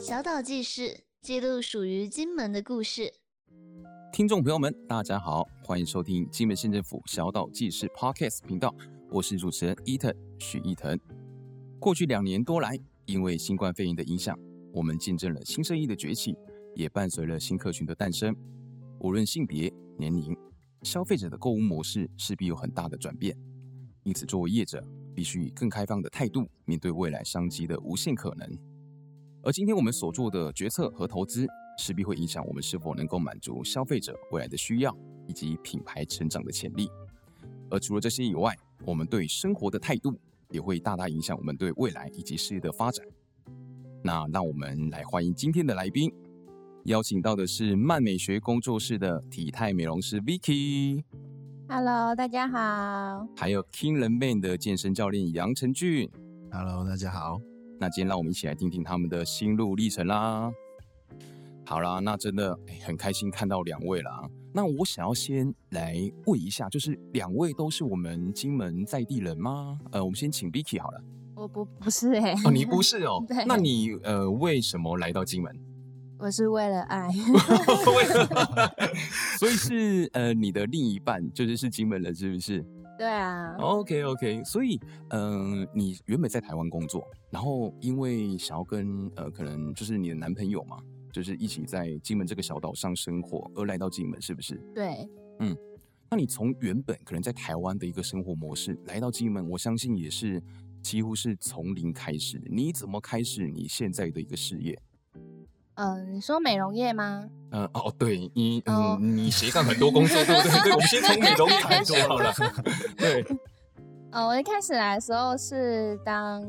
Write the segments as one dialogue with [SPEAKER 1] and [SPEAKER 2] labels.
[SPEAKER 1] 小岛记事记录属于金门的故事。
[SPEAKER 2] 听众朋友们，大家好，欢迎收听金门县政府小岛纪事 Podcast 频道，我是主持人伊藤许伊藤。过去两年多来，因为新冠肺炎的影响，我们见证了新生意的崛起，也伴随了新客群的诞生。无论性别、年龄，消费者的购物模式势必有很大的转变。因此，作为业者，必须以更开放的态度面对未来商机的无限可能。而今天我们所做的决策和投资，势必会影响我们是否能够满足消费者未来的需要，以及品牌成长的潜力。而除了这些以外，我们对生活的态度也会大大影响我们对未来以及事业的发展。那让我们来欢迎今天的来宾，邀请到的是曼美学工作室的体态美容师 Vicky，
[SPEAKER 3] Hello，大家好。
[SPEAKER 2] 还有 King 人 Man 的健身教练杨成俊。
[SPEAKER 4] Hello，大家好。
[SPEAKER 2] 那今天让我们一起来听听他们的心路历程啦。好啦，那真的、哎很开心看到两位啦。那我想要先来问一下，就是两位都是我们金门在地人吗？呃，我们先请 Vicky 好了。
[SPEAKER 3] 我不不是哎、
[SPEAKER 2] 哦，你不是哦
[SPEAKER 3] 对？
[SPEAKER 2] 那你呃为什么来到金门？
[SPEAKER 3] 我是为了 爱，
[SPEAKER 2] 为什么？所以是呃你的另一半就是是金门人是不是
[SPEAKER 3] 对啊，
[SPEAKER 2] ？OK OK，所以嗯、呃你原本在台湾工作，然后因为想要跟呃可能就是你的男朋友嘛，就是一起在金门这个小岛上生活，而来到金门是不是？
[SPEAKER 3] 对，
[SPEAKER 2] 那你从原本可能在台湾的一个生活模式来到金门，我相信也是几乎是从零开始。你怎么开始你现在的一个事业？
[SPEAKER 3] 嗯、你说美容业吗？
[SPEAKER 2] 嗯、哦，对你，嗯，
[SPEAKER 3] 哦
[SPEAKER 2] 你斜杠很多工作，对不对？对，我们先从美容开始 好了。对，
[SPEAKER 3] 呃，我一开始来的时候是当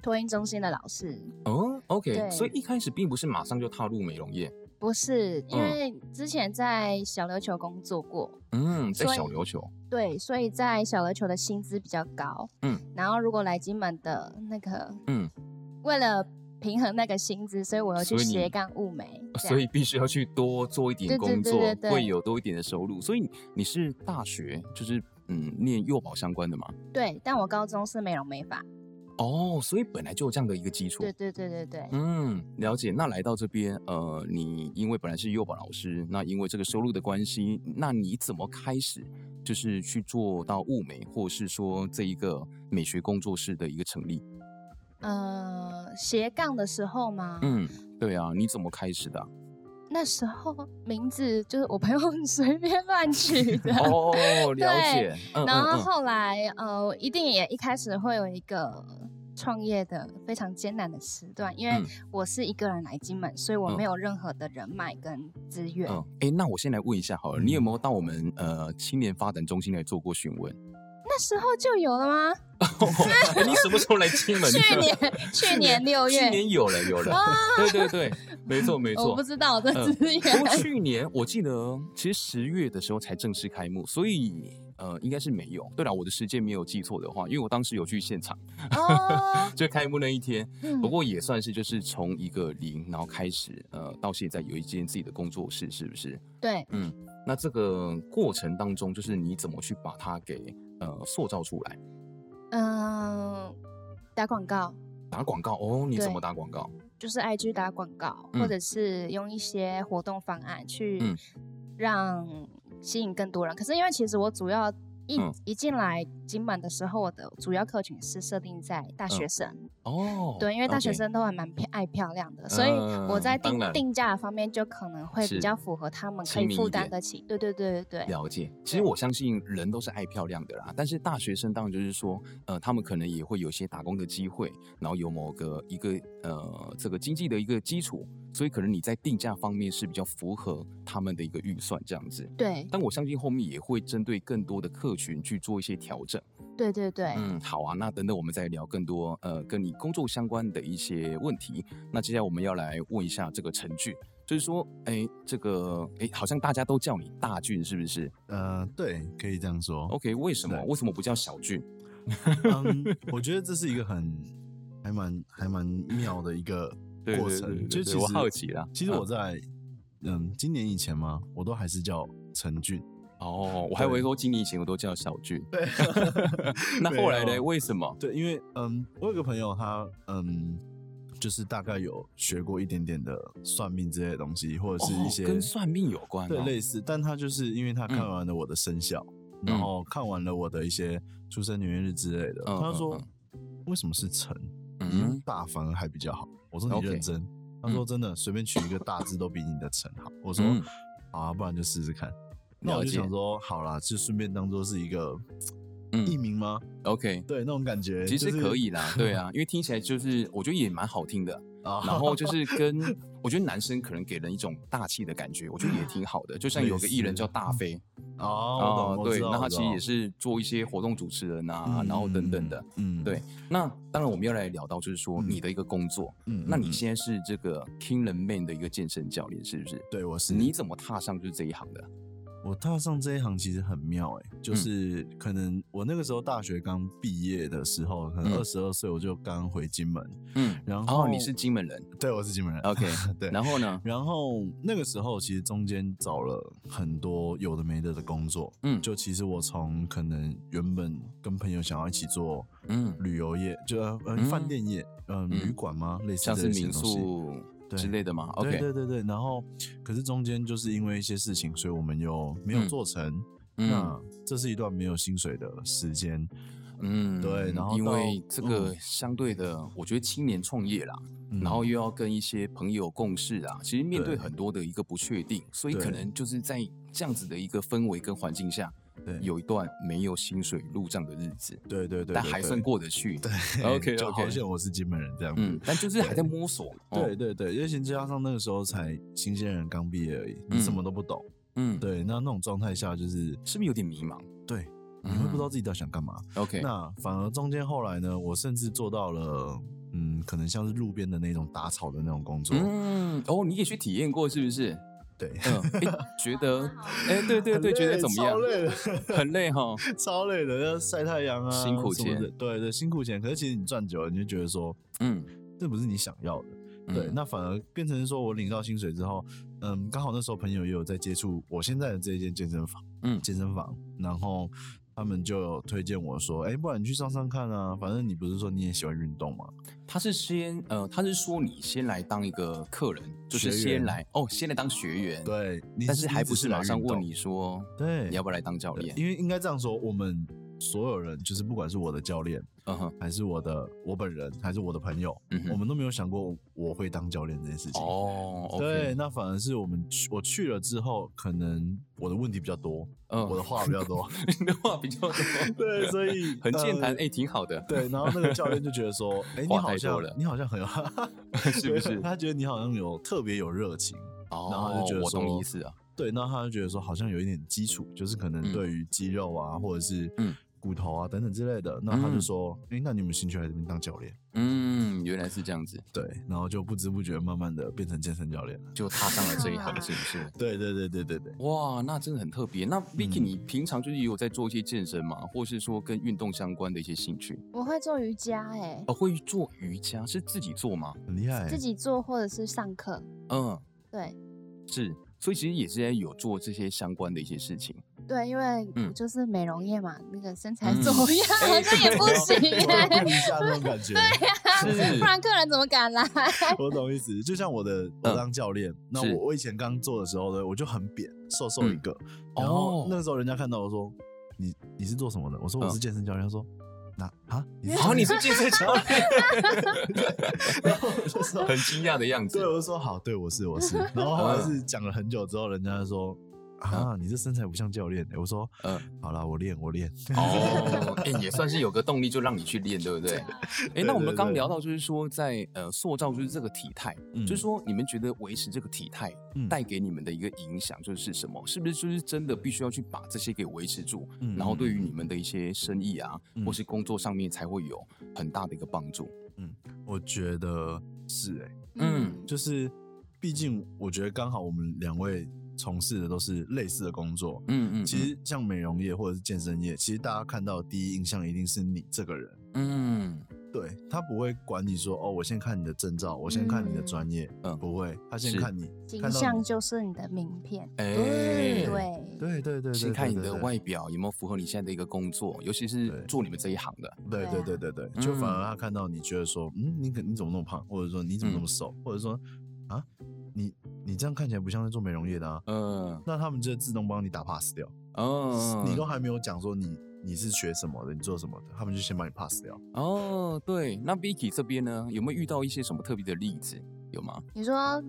[SPEAKER 3] 托婴中心的老师，
[SPEAKER 2] 哦，OK，
[SPEAKER 3] 对
[SPEAKER 2] 所以一开始并不是马上就踏入美容业，
[SPEAKER 3] 不是因
[SPEAKER 2] 嗯
[SPEAKER 3] 为之前在小琉球工作过，
[SPEAKER 2] 嗯，在
[SPEAKER 3] 所以
[SPEAKER 2] 小琉球，
[SPEAKER 3] 对，所以在小琉球的薪资比较高，
[SPEAKER 2] 嗯，
[SPEAKER 3] 然后如果来金门的那个，
[SPEAKER 2] 嗯，
[SPEAKER 3] 为了平衡那个薪资，所以哦我又去
[SPEAKER 2] 所以你
[SPEAKER 3] 斜杠物美，这
[SPEAKER 2] 所
[SPEAKER 3] 样
[SPEAKER 2] 以必须要去多做一点
[SPEAKER 3] 对对
[SPEAKER 2] 工
[SPEAKER 3] 对
[SPEAKER 2] 作
[SPEAKER 3] 对，对
[SPEAKER 2] 会有多一点的收入。所以你是大学就是嗯念幼保相关的嘛？
[SPEAKER 3] 对，但我高中是美容美发，
[SPEAKER 2] 哦，所以本来就有这样的一个基础
[SPEAKER 3] 对。对对对对，
[SPEAKER 2] 嗯，了解。那来到这边，呃，你因为本来是幼保老师，那因为这个收入的关系，那你怎么开始就是去做到物美，或是说这一个美学工作室的一个成立？
[SPEAKER 3] 呃，斜杠的时候吗？
[SPEAKER 2] 嗯，对啊，你怎么开始 的啊、
[SPEAKER 3] 那时候名字就是我朋友随便乱取的。
[SPEAKER 2] 哦，了
[SPEAKER 3] 对
[SPEAKER 2] 解。嗯
[SPEAKER 3] 然后
[SPEAKER 2] 嗯嗯，
[SPEAKER 3] 后来，呃，一定也一开始会有一个创业的非常艰难的时段，因为
[SPEAKER 2] 嗯
[SPEAKER 3] 我是一个人来金门，所以我
[SPEAKER 2] 嗯
[SPEAKER 3] 没有任何的人脉跟资源。
[SPEAKER 2] 嗯，哎、那我先来问一下好了，
[SPEAKER 3] 嗯
[SPEAKER 2] 你有没有到我们呃青年发展中心来做过询 问？
[SPEAKER 3] 那时候就有了吗？
[SPEAKER 2] 诶你什么时候来金门的？
[SPEAKER 3] 去年 去年六
[SPEAKER 2] 去
[SPEAKER 3] 月，
[SPEAKER 2] 年有了有了，
[SPEAKER 3] 啊，
[SPEAKER 2] 对对对，没错没 错。
[SPEAKER 3] 我不知道我的
[SPEAKER 2] 嗯
[SPEAKER 3] 资源。
[SPEAKER 2] 不过去年我记得，其实十月的时候才正式开幕，所以呃，应该是没有。对了，我的时间没有记错的话，因为我当时有去现场，
[SPEAKER 3] 哦，
[SPEAKER 2] 就开幕那一天。
[SPEAKER 3] 嗯
[SPEAKER 2] 不过也算是就是从一个零，然后开始呃，到现在有一间自己的工作室，是不是？
[SPEAKER 3] 对，
[SPEAKER 2] 嗯，那这个过程当中，就是你怎么去把它给呃塑造出来？
[SPEAKER 3] 嗯、打广告。
[SPEAKER 2] 打广告哦，你怎
[SPEAKER 3] 对
[SPEAKER 2] 么打广告？
[SPEAKER 3] 就是 IG 打广告，
[SPEAKER 2] 嗯
[SPEAKER 3] 或者是用一些活动方案去
[SPEAKER 2] 嗯
[SPEAKER 3] 让吸引更多人。可是因为其实我主要一、
[SPEAKER 2] 嗯
[SPEAKER 3] 一进来金门的时候，我的主要客群是设定在大学生，
[SPEAKER 2] 哦，
[SPEAKER 3] 对，因为大学
[SPEAKER 2] 嗯 OK 嗯
[SPEAKER 3] 生都还蛮漂爱漂亮的，所以我在
[SPEAKER 2] 当
[SPEAKER 3] 定、
[SPEAKER 2] 然
[SPEAKER 3] 定价方面就可能会
[SPEAKER 2] 是
[SPEAKER 3] 比较符合他们可
[SPEAKER 2] 亲民
[SPEAKER 3] 以
[SPEAKER 2] 一
[SPEAKER 3] 负担
[SPEAKER 2] 点
[SPEAKER 3] 得起。对对对对对，
[SPEAKER 2] 了解，其实
[SPEAKER 3] 对
[SPEAKER 2] 我相信人都是爱漂亮的啦，但是大学生当然就是说，呃，他们可能也会有一些打工的机会，然后有某个一个呃这个经济的一个基础，所以可能你在定价方面是比较符合他们的一个预算这样子。
[SPEAKER 3] 对
[SPEAKER 2] 但我相信后面也会针对更多的客群去做一些调整。
[SPEAKER 3] 对对对，
[SPEAKER 2] 嗯，好啊，那等等我们再聊更多呃跟你工作相关的一些问题。那接下来我们要来问一下这个陈俊，就是说，哎，这个哎好像大家都叫你大俊是不是？
[SPEAKER 4] 呃，对，可以这样说。
[SPEAKER 2] OK，为什么？
[SPEAKER 4] 对
[SPEAKER 2] 为什么不叫小俊？
[SPEAKER 4] 嗯，我觉得这是一个很还蛮还蛮妙的一个
[SPEAKER 2] 对
[SPEAKER 4] 过
[SPEAKER 2] 对对
[SPEAKER 4] 程。
[SPEAKER 2] 对
[SPEAKER 4] 就
[SPEAKER 2] 对
[SPEAKER 4] 其实
[SPEAKER 2] 我好奇啦
[SPEAKER 4] 其实我
[SPEAKER 2] 嗯
[SPEAKER 4] 在嗯今年以前嘛，我都还是叫陈俊。
[SPEAKER 2] 哦，我还以为说今年以前我都叫小俊。
[SPEAKER 4] 对哦
[SPEAKER 2] 那后来
[SPEAKER 4] 没
[SPEAKER 2] 呢？
[SPEAKER 4] 有
[SPEAKER 2] 为什么？
[SPEAKER 4] 对，因为嗯，我有个朋友他嗯，就是大概有学过一点点的算命之类的东西，或者是
[SPEAKER 2] 哦
[SPEAKER 4] 一些、
[SPEAKER 2] 跟算命有关
[SPEAKER 4] 对
[SPEAKER 2] 哦
[SPEAKER 4] 类似。但他就是因为他看
[SPEAKER 2] 嗯
[SPEAKER 4] 完了我的生肖，然
[SPEAKER 2] 嗯
[SPEAKER 4] 后看完了我的一些出生年月日之类的，
[SPEAKER 2] 嗯
[SPEAKER 4] 他
[SPEAKER 2] 嗯
[SPEAKER 4] 说、为什么是辰？嗯
[SPEAKER 2] 嗯，
[SPEAKER 4] 大反而还比较好。我说你
[SPEAKER 2] OK
[SPEAKER 4] 认真他说真的，随便取一个大字都比你的辰好。我说、
[SPEAKER 2] 嗯
[SPEAKER 4] 好啊，不然就试试看。那我
[SPEAKER 2] 了
[SPEAKER 4] 就
[SPEAKER 2] 解
[SPEAKER 4] 想说，好啦，就顺便当做是一个
[SPEAKER 2] 嗯
[SPEAKER 4] 艺名吗？
[SPEAKER 2] ，OK，
[SPEAKER 4] 对，那种感觉
[SPEAKER 2] 其实
[SPEAKER 4] 就是
[SPEAKER 2] 可以 啦，对啊，因为听起来就是我觉得也蛮好听的，
[SPEAKER 4] 啊。
[SPEAKER 2] 然 后就是跟我觉得男生可能给人一种大气的感觉，我觉得也挺好的。就像有个艺人叫大飞
[SPEAKER 4] 嗯
[SPEAKER 2] 啊
[SPEAKER 4] 哦，我懂，我
[SPEAKER 2] 对，
[SPEAKER 4] 知道
[SPEAKER 2] 那他
[SPEAKER 4] 我
[SPEAKER 2] 其
[SPEAKER 4] 知
[SPEAKER 2] 实
[SPEAKER 4] 道
[SPEAKER 2] 也是做一些活动主持人啊，然后等等的。，
[SPEAKER 4] 嗯，嗯
[SPEAKER 2] 对，那当然我们要来聊到就是说
[SPEAKER 4] 嗯
[SPEAKER 2] 你的一个工作，
[SPEAKER 4] 嗯，
[SPEAKER 2] 那
[SPEAKER 4] 嗯
[SPEAKER 2] 你
[SPEAKER 4] 嗯
[SPEAKER 2] 现在是这个 King 人 Man 的一个健身教练，是不是？
[SPEAKER 4] 对我是
[SPEAKER 2] 你怎么踏上就是这一行的？
[SPEAKER 4] 我踏上这一行其实很妙哎、就
[SPEAKER 2] 嗯
[SPEAKER 4] 是可能我那个时候大学刚毕业的时候，可能
[SPEAKER 2] 嗯
[SPEAKER 4] 二十二岁我就刚回金门，
[SPEAKER 2] 嗯，
[SPEAKER 4] 然后
[SPEAKER 2] 哦，你是哦金门人
[SPEAKER 4] 对我是金门人
[SPEAKER 2] ，OK，
[SPEAKER 4] 对，
[SPEAKER 2] 然后 呢？
[SPEAKER 4] 然后那个时候其实中间找了很多有的没的的工作，
[SPEAKER 2] 嗯
[SPEAKER 4] 就其实我从可能原本跟朋友想要一起做
[SPEAKER 2] 嗯，
[SPEAKER 4] 旅游业，就呃呃
[SPEAKER 2] 嗯
[SPEAKER 4] 饭店业，呃
[SPEAKER 2] 嗯
[SPEAKER 4] 旅馆吗？类似
[SPEAKER 2] 像
[SPEAKER 4] 这
[SPEAKER 2] 是
[SPEAKER 4] 类型
[SPEAKER 2] 民
[SPEAKER 4] 的东西
[SPEAKER 2] 宿
[SPEAKER 4] 对
[SPEAKER 2] 之类的嘛，OK，
[SPEAKER 4] 对对对对，然后可是中间就是因为一些事情，所以我们又没有
[SPEAKER 2] 嗯
[SPEAKER 4] 做成。
[SPEAKER 2] 嗯
[SPEAKER 4] 那这是一段没有薪水的时间，
[SPEAKER 2] 嗯，
[SPEAKER 4] 对然后
[SPEAKER 2] 因
[SPEAKER 4] 到
[SPEAKER 2] 为这个
[SPEAKER 4] 嗯
[SPEAKER 2] 相对的，我觉得青年创业啦，
[SPEAKER 4] 嗯
[SPEAKER 2] 然后又要跟一些朋友共事啊，其实面对
[SPEAKER 4] 对
[SPEAKER 2] 很多的一个不确定，所以可
[SPEAKER 4] 对
[SPEAKER 2] 能就是在这样子的一个氛围跟环境下，
[SPEAKER 4] 对
[SPEAKER 2] 有一段没有薪水入账的日子，
[SPEAKER 4] 对对对，
[SPEAKER 2] 但
[SPEAKER 4] 对
[SPEAKER 2] 还算。过得去。
[SPEAKER 4] 对
[SPEAKER 2] OK，OK
[SPEAKER 4] 就好险我是金门人这样子。
[SPEAKER 2] 嗯，但就是还在摸索。哦
[SPEAKER 4] 对，对对，尤其加上那个时候才新鲜人刚毕业而已，你什
[SPEAKER 2] 嗯
[SPEAKER 4] 么都不懂。
[SPEAKER 2] 嗯，
[SPEAKER 4] 对，那那种状态下就是
[SPEAKER 2] 是不是有点迷茫？
[SPEAKER 4] 对，你会不知道
[SPEAKER 2] 嗯
[SPEAKER 4] 自己到底想干嘛。
[SPEAKER 2] OK，
[SPEAKER 4] 那反而中间后来呢，我甚至做到了，嗯，可能像是路边的那种打草的那种工作。
[SPEAKER 2] 嗯，哦，你也去体验过是不是？
[SPEAKER 4] 对，
[SPEAKER 2] 嗯，诶觉得，哎，对对
[SPEAKER 4] 很
[SPEAKER 2] 对，觉得
[SPEAKER 4] 累
[SPEAKER 2] 怎么样
[SPEAKER 4] 超？累 的，
[SPEAKER 2] 很累哈。
[SPEAKER 4] 超累的，要晒太阳啊，
[SPEAKER 2] 辛苦
[SPEAKER 4] 什么的
[SPEAKER 2] 钱
[SPEAKER 4] 对对，辛苦钱。可是其实你赚久了，你就觉得说
[SPEAKER 2] 嗯，
[SPEAKER 4] 这不是你想要的。对，
[SPEAKER 2] 嗯
[SPEAKER 4] 那反而变成说我领到薪水之后，嗯，刚好那时候朋友也有在接触我现在的这一间健身房，
[SPEAKER 2] 嗯
[SPEAKER 4] 健身房，然后他们就有推荐我说，哎、不然你去上上看啊，反正你不是说你也喜欢运动吗？
[SPEAKER 2] 他是先呃，他是说你先来当一个客人，就是
[SPEAKER 4] 学
[SPEAKER 2] 先
[SPEAKER 4] 员
[SPEAKER 2] 来哦，先来当学员，，
[SPEAKER 4] 对，你
[SPEAKER 2] 但是还不
[SPEAKER 4] 是
[SPEAKER 2] 是
[SPEAKER 4] 来
[SPEAKER 2] 马上
[SPEAKER 4] 运动
[SPEAKER 2] 问你说
[SPEAKER 4] 对
[SPEAKER 2] 你要不要来当教
[SPEAKER 4] 对
[SPEAKER 2] 练，
[SPEAKER 4] 因为应该这样说，我们所有人就是不管是我的教练，
[SPEAKER 2] 嗯哼，
[SPEAKER 4] 还是我的我本人，还是我的朋友，
[SPEAKER 2] 嗯
[SPEAKER 4] 我
[SPEAKER 2] 哼，
[SPEAKER 4] 们都没有想过我会当教练这件事情。
[SPEAKER 2] 哦
[SPEAKER 4] 对，
[SPEAKER 2] ，OK，
[SPEAKER 4] 那反而是我们去我去了之后，可能我的问题比较多，
[SPEAKER 2] 嗯
[SPEAKER 4] 我 的话比较多，
[SPEAKER 2] 你的话比较 多，
[SPEAKER 4] 对，所以
[SPEAKER 2] 很健谈，
[SPEAKER 4] 呃
[SPEAKER 2] 哎，挺好的，
[SPEAKER 4] 对，然后那个教练就觉得说，哎、你
[SPEAKER 2] 话
[SPEAKER 4] 好
[SPEAKER 2] 太多
[SPEAKER 4] 像
[SPEAKER 2] 了
[SPEAKER 4] 你好像很有，？
[SPEAKER 2] 是不是
[SPEAKER 4] 他觉得你好像有特别有热情，然后
[SPEAKER 2] 哦
[SPEAKER 4] 就觉，得
[SPEAKER 2] 我懂你
[SPEAKER 4] 说
[SPEAKER 2] 意思啊，
[SPEAKER 4] 对，那他就觉得说好像有一点基础，就是可能
[SPEAKER 2] 嗯
[SPEAKER 4] 对于肌肉啊，或者是
[SPEAKER 2] 嗯
[SPEAKER 4] 骨头啊等等之类的，那他就
[SPEAKER 2] 嗯
[SPEAKER 4] 说，哎、那你有没有兴趣来这边当教练？
[SPEAKER 2] 嗯，原来是这样子，
[SPEAKER 4] 对，然后就不知不觉慢慢的变成健身教练了。
[SPEAKER 2] 就踏上了这一行，是不是？
[SPEAKER 4] 对对对对对对，
[SPEAKER 2] 哇，那真的很特别。那 Vicky，、
[SPEAKER 4] 嗯
[SPEAKER 2] 你平常就是也有在做一些健身吗？或是说跟运动相关的一些兴趣？
[SPEAKER 3] 我会做瑜伽、哎、
[SPEAKER 2] 哦，会做瑜伽是自己做吗？
[SPEAKER 4] 很厉害欸、
[SPEAKER 3] 自己做或者是上课，
[SPEAKER 2] 嗯，
[SPEAKER 3] 对
[SPEAKER 2] 是，所以其实也是在有做这些相关的一些事情。
[SPEAKER 3] 对，因为我
[SPEAKER 2] 嗯
[SPEAKER 3] 就是美容业嘛，那个身材
[SPEAKER 2] 嗯
[SPEAKER 3] 怎么样，好
[SPEAKER 4] 哎
[SPEAKER 3] 像也
[SPEAKER 4] 欸
[SPEAKER 3] 不行、
[SPEAKER 4] 我
[SPEAKER 3] 哎
[SPEAKER 4] 顾一下那种 感觉，
[SPEAKER 2] 是
[SPEAKER 3] 不然客人怎么敢来？
[SPEAKER 4] 我懂意思。就像我的，我
[SPEAKER 2] 嗯
[SPEAKER 4] 当教练，那
[SPEAKER 2] 是
[SPEAKER 4] 我我以前刚做的时候呢，我就很扁，瘦瘦一
[SPEAKER 2] 嗯
[SPEAKER 4] 个。然后
[SPEAKER 2] 哦，
[SPEAKER 4] 那个时候人家看到我说：“你你是做什么的？”我说：“我
[SPEAKER 2] 嗯
[SPEAKER 4] 是健身教练。”他说：“那啊，你是
[SPEAKER 2] 哦，
[SPEAKER 4] 教
[SPEAKER 2] 你
[SPEAKER 4] 练
[SPEAKER 2] 是健身教练，
[SPEAKER 4] 然后我就 说
[SPEAKER 2] 很嗯惊讶的样：“子
[SPEAKER 4] 对，。我就说好，对我是我是。”然后后来是讲了很久之后，人家就说：“啊，你这身材不像教练。”欸我说：“
[SPEAKER 2] 嗯
[SPEAKER 4] 好啦，我练我练。
[SPEAKER 2] 哦，哎、也算是有个动力，就让你去练，对不对？
[SPEAKER 4] 啊
[SPEAKER 2] 哎、那我们
[SPEAKER 4] 对
[SPEAKER 2] 刚
[SPEAKER 4] 对
[SPEAKER 2] 聊到就是说在，呃塑造就是这个体态，
[SPEAKER 4] 嗯
[SPEAKER 2] 就是说你们觉得维持这个体态
[SPEAKER 4] 嗯
[SPEAKER 2] 带给你们的一个影响就是什么？是不是就是真的必须要去把这些给维持住，
[SPEAKER 4] 嗯
[SPEAKER 2] 然后对于你们的一些生意啊，
[SPEAKER 4] 嗯
[SPEAKER 2] 或是工作上面才会有很大的一个帮助？”
[SPEAKER 4] 我觉得是哎、
[SPEAKER 2] 嗯
[SPEAKER 4] 就是毕竟我觉得刚好我们两位从事的都是类似的工作。
[SPEAKER 2] 嗯嗯，
[SPEAKER 4] 其实像美容业或者是健身业，其实大家看到的第一印象一定是你这个人，
[SPEAKER 2] 嗯，嗯
[SPEAKER 4] 对他不会管你说哦，我先看你的证照，我先看你的
[SPEAKER 3] 嗯
[SPEAKER 4] 专业，
[SPEAKER 2] 嗯
[SPEAKER 4] 不会，他先
[SPEAKER 2] 是
[SPEAKER 4] 看你，
[SPEAKER 3] 形
[SPEAKER 4] 看到
[SPEAKER 3] 象
[SPEAKER 4] 你
[SPEAKER 3] 就是你的名片，
[SPEAKER 2] 哎，
[SPEAKER 4] 嗯对
[SPEAKER 3] 对，
[SPEAKER 4] 对对对对，
[SPEAKER 2] 先看
[SPEAKER 4] 对
[SPEAKER 2] 你的，
[SPEAKER 4] 对
[SPEAKER 2] 外表有没有符合你现在的一个工作，尤其是
[SPEAKER 4] 对
[SPEAKER 2] 做你们这一行的。
[SPEAKER 4] 对对对对对，就反而
[SPEAKER 2] 嗯
[SPEAKER 4] 他看到你觉得说，嗯，你可你怎么那么胖，或者说你怎么那么
[SPEAKER 2] 嗯
[SPEAKER 4] 瘦，或者说啊，你你这样看起来不像是做美容业的啊，
[SPEAKER 2] 嗯
[SPEAKER 4] 那他们就自动帮你打 pass 掉，
[SPEAKER 2] 哦，
[SPEAKER 4] 你都还没有讲说你你是学什么的，你做什么的，他们就先帮你 pass 掉。
[SPEAKER 2] 哦，对。
[SPEAKER 3] 嗯
[SPEAKER 2] 那 Vicky 这边呢，有没有遇到一些什么特别的例子？有吗？
[SPEAKER 3] 你说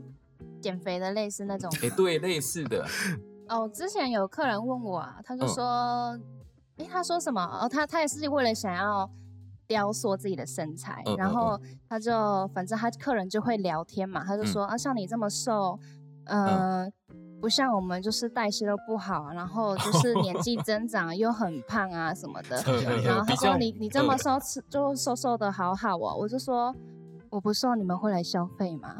[SPEAKER 3] 减肥的类似那种
[SPEAKER 2] 哎，对，类似 的，
[SPEAKER 3] 哦，之前有客人问我啊，他就
[SPEAKER 2] 嗯
[SPEAKER 3] 说，诶，他说什么？哦，他他也是为了想要雕塑自己的身材，
[SPEAKER 2] 嗯嗯
[SPEAKER 3] 然
[SPEAKER 2] 嗯
[SPEAKER 3] 后他就反正他客人就会聊天嘛，他就
[SPEAKER 2] 嗯。
[SPEAKER 3] 说、啊，像你这么瘦，呃，不像我们就是代谢都不好啊，然后就是年纪增长又很胖啊什么的
[SPEAKER 2] 呃
[SPEAKER 3] 然后
[SPEAKER 2] 比
[SPEAKER 3] 他
[SPEAKER 2] 较
[SPEAKER 3] 说你你这么
[SPEAKER 2] 呃
[SPEAKER 3] 瘦吃就瘦瘦的好好哦，我就说我不瘦你们会来消费吗？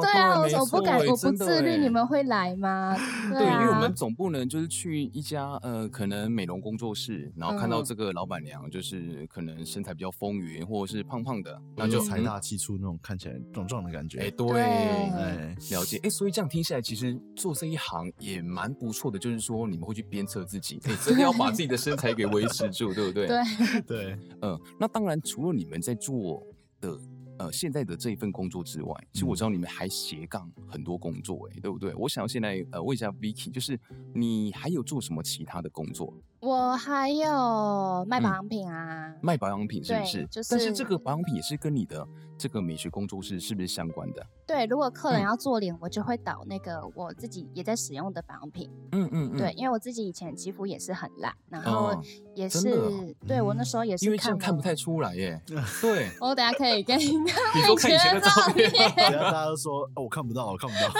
[SPEAKER 3] 对啊，
[SPEAKER 2] 没
[SPEAKER 3] 我我不
[SPEAKER 2] 错
[SPEAKER 3] 敢，
[SPEAKER 2] 哎
[SPEAKER 3] 我不
[SPEAKER 2] 真的
[SPEAKER 3] 自律，你
[SPEAKER 2] 哎
[SPEAKER 3] 们会来吗？对
[SPEAKER 2] 对，因为我们
[SPEAKER 3] 啊，
[SPEAKER 2] 总不能就是去一家呃，可能美容工作室，然后看到
[SPEAKER 3] 嗯
[SPEAKER 2] 这个老板娘就是可能身材比较丰腴，或者是胖胖的，那
[SPEAKER 4] 那就
[SPEAKER 2] 就
[SPEAKER 4] 财
[SPEAKER 2] 嗯
[SPEAKER 4] 大气粗那种看起来壮壮的感觉。
[SPEAKER 2] 哎，对，
[SPEAKER 3] 嗯
[SPEAKER 4] 哎，
[SPEAKER 2] 了解。哎，所以这样听下来，其实做这一行也蛮不错的，就是说你们会去鞭策自己，哎，真的要把自己的身材给维持住，对不对？
[SPEAKER 3] 对，
[SPEAKER 4] 对，
[SPEAKER 2] 嗯，那当然，除了你们在做的呃现在的这一份工作之外，其实我知道你们还斜杠很多工作、哎，对不对？我想要现在呃问一下 Vicky，就是你还有做什么其他的工作？
[SPEAKER 3] 我还有卖
[SPEAKER 2] 嗯
[SPEAKER 3] 保养品啊，
[SPEAKER 2] 卖保养品是不
[SPEAKER 3] 对
[SPEAKER 2] 是？
[SPEAKER 3] 就
[SPEAKER 2] 但是这
[SPEAKER 3] 是
[SPEAKER 2] 个保养品也是跟你的这个美学工作室是不是相关的？
[SPEAKER 3] 对，如果客人
[SPEAKER 2] 嗯
[SPEAKER 3] 要做脸，我就会导那个我自己也在使用的保养品，
[SPEAKER 2] 嗯嗯嗯，
[SPEAKER 3] 对，，因为我自己以前肌肤也是很烂，然后
[SPEAKER 2] 哦
[SPEAKER 3] 也
[SPEAKER 2] 真
[SPEAKER 3] 是
[SPEAKER 2] 的哦，
[SPEAKER 3] 对我那
[SPEAKER 4] 嗯
[SPEAKER 3] 时候也
[SPEAKER 2] 因
[SPEAKER 3] 是
[SPEAKER 2] 为这样看
[SPEAKER 3] 我
[SPEAKER 2] 不太出 来耶、对，
[SPEAKER 3] 我等下可以给 你看
[SPEAKER 2] 你说看以前的照片
[SPEAKER 3] 片
[SPEAKER 4] 等一下大家都说哦，我看不到，我看不到。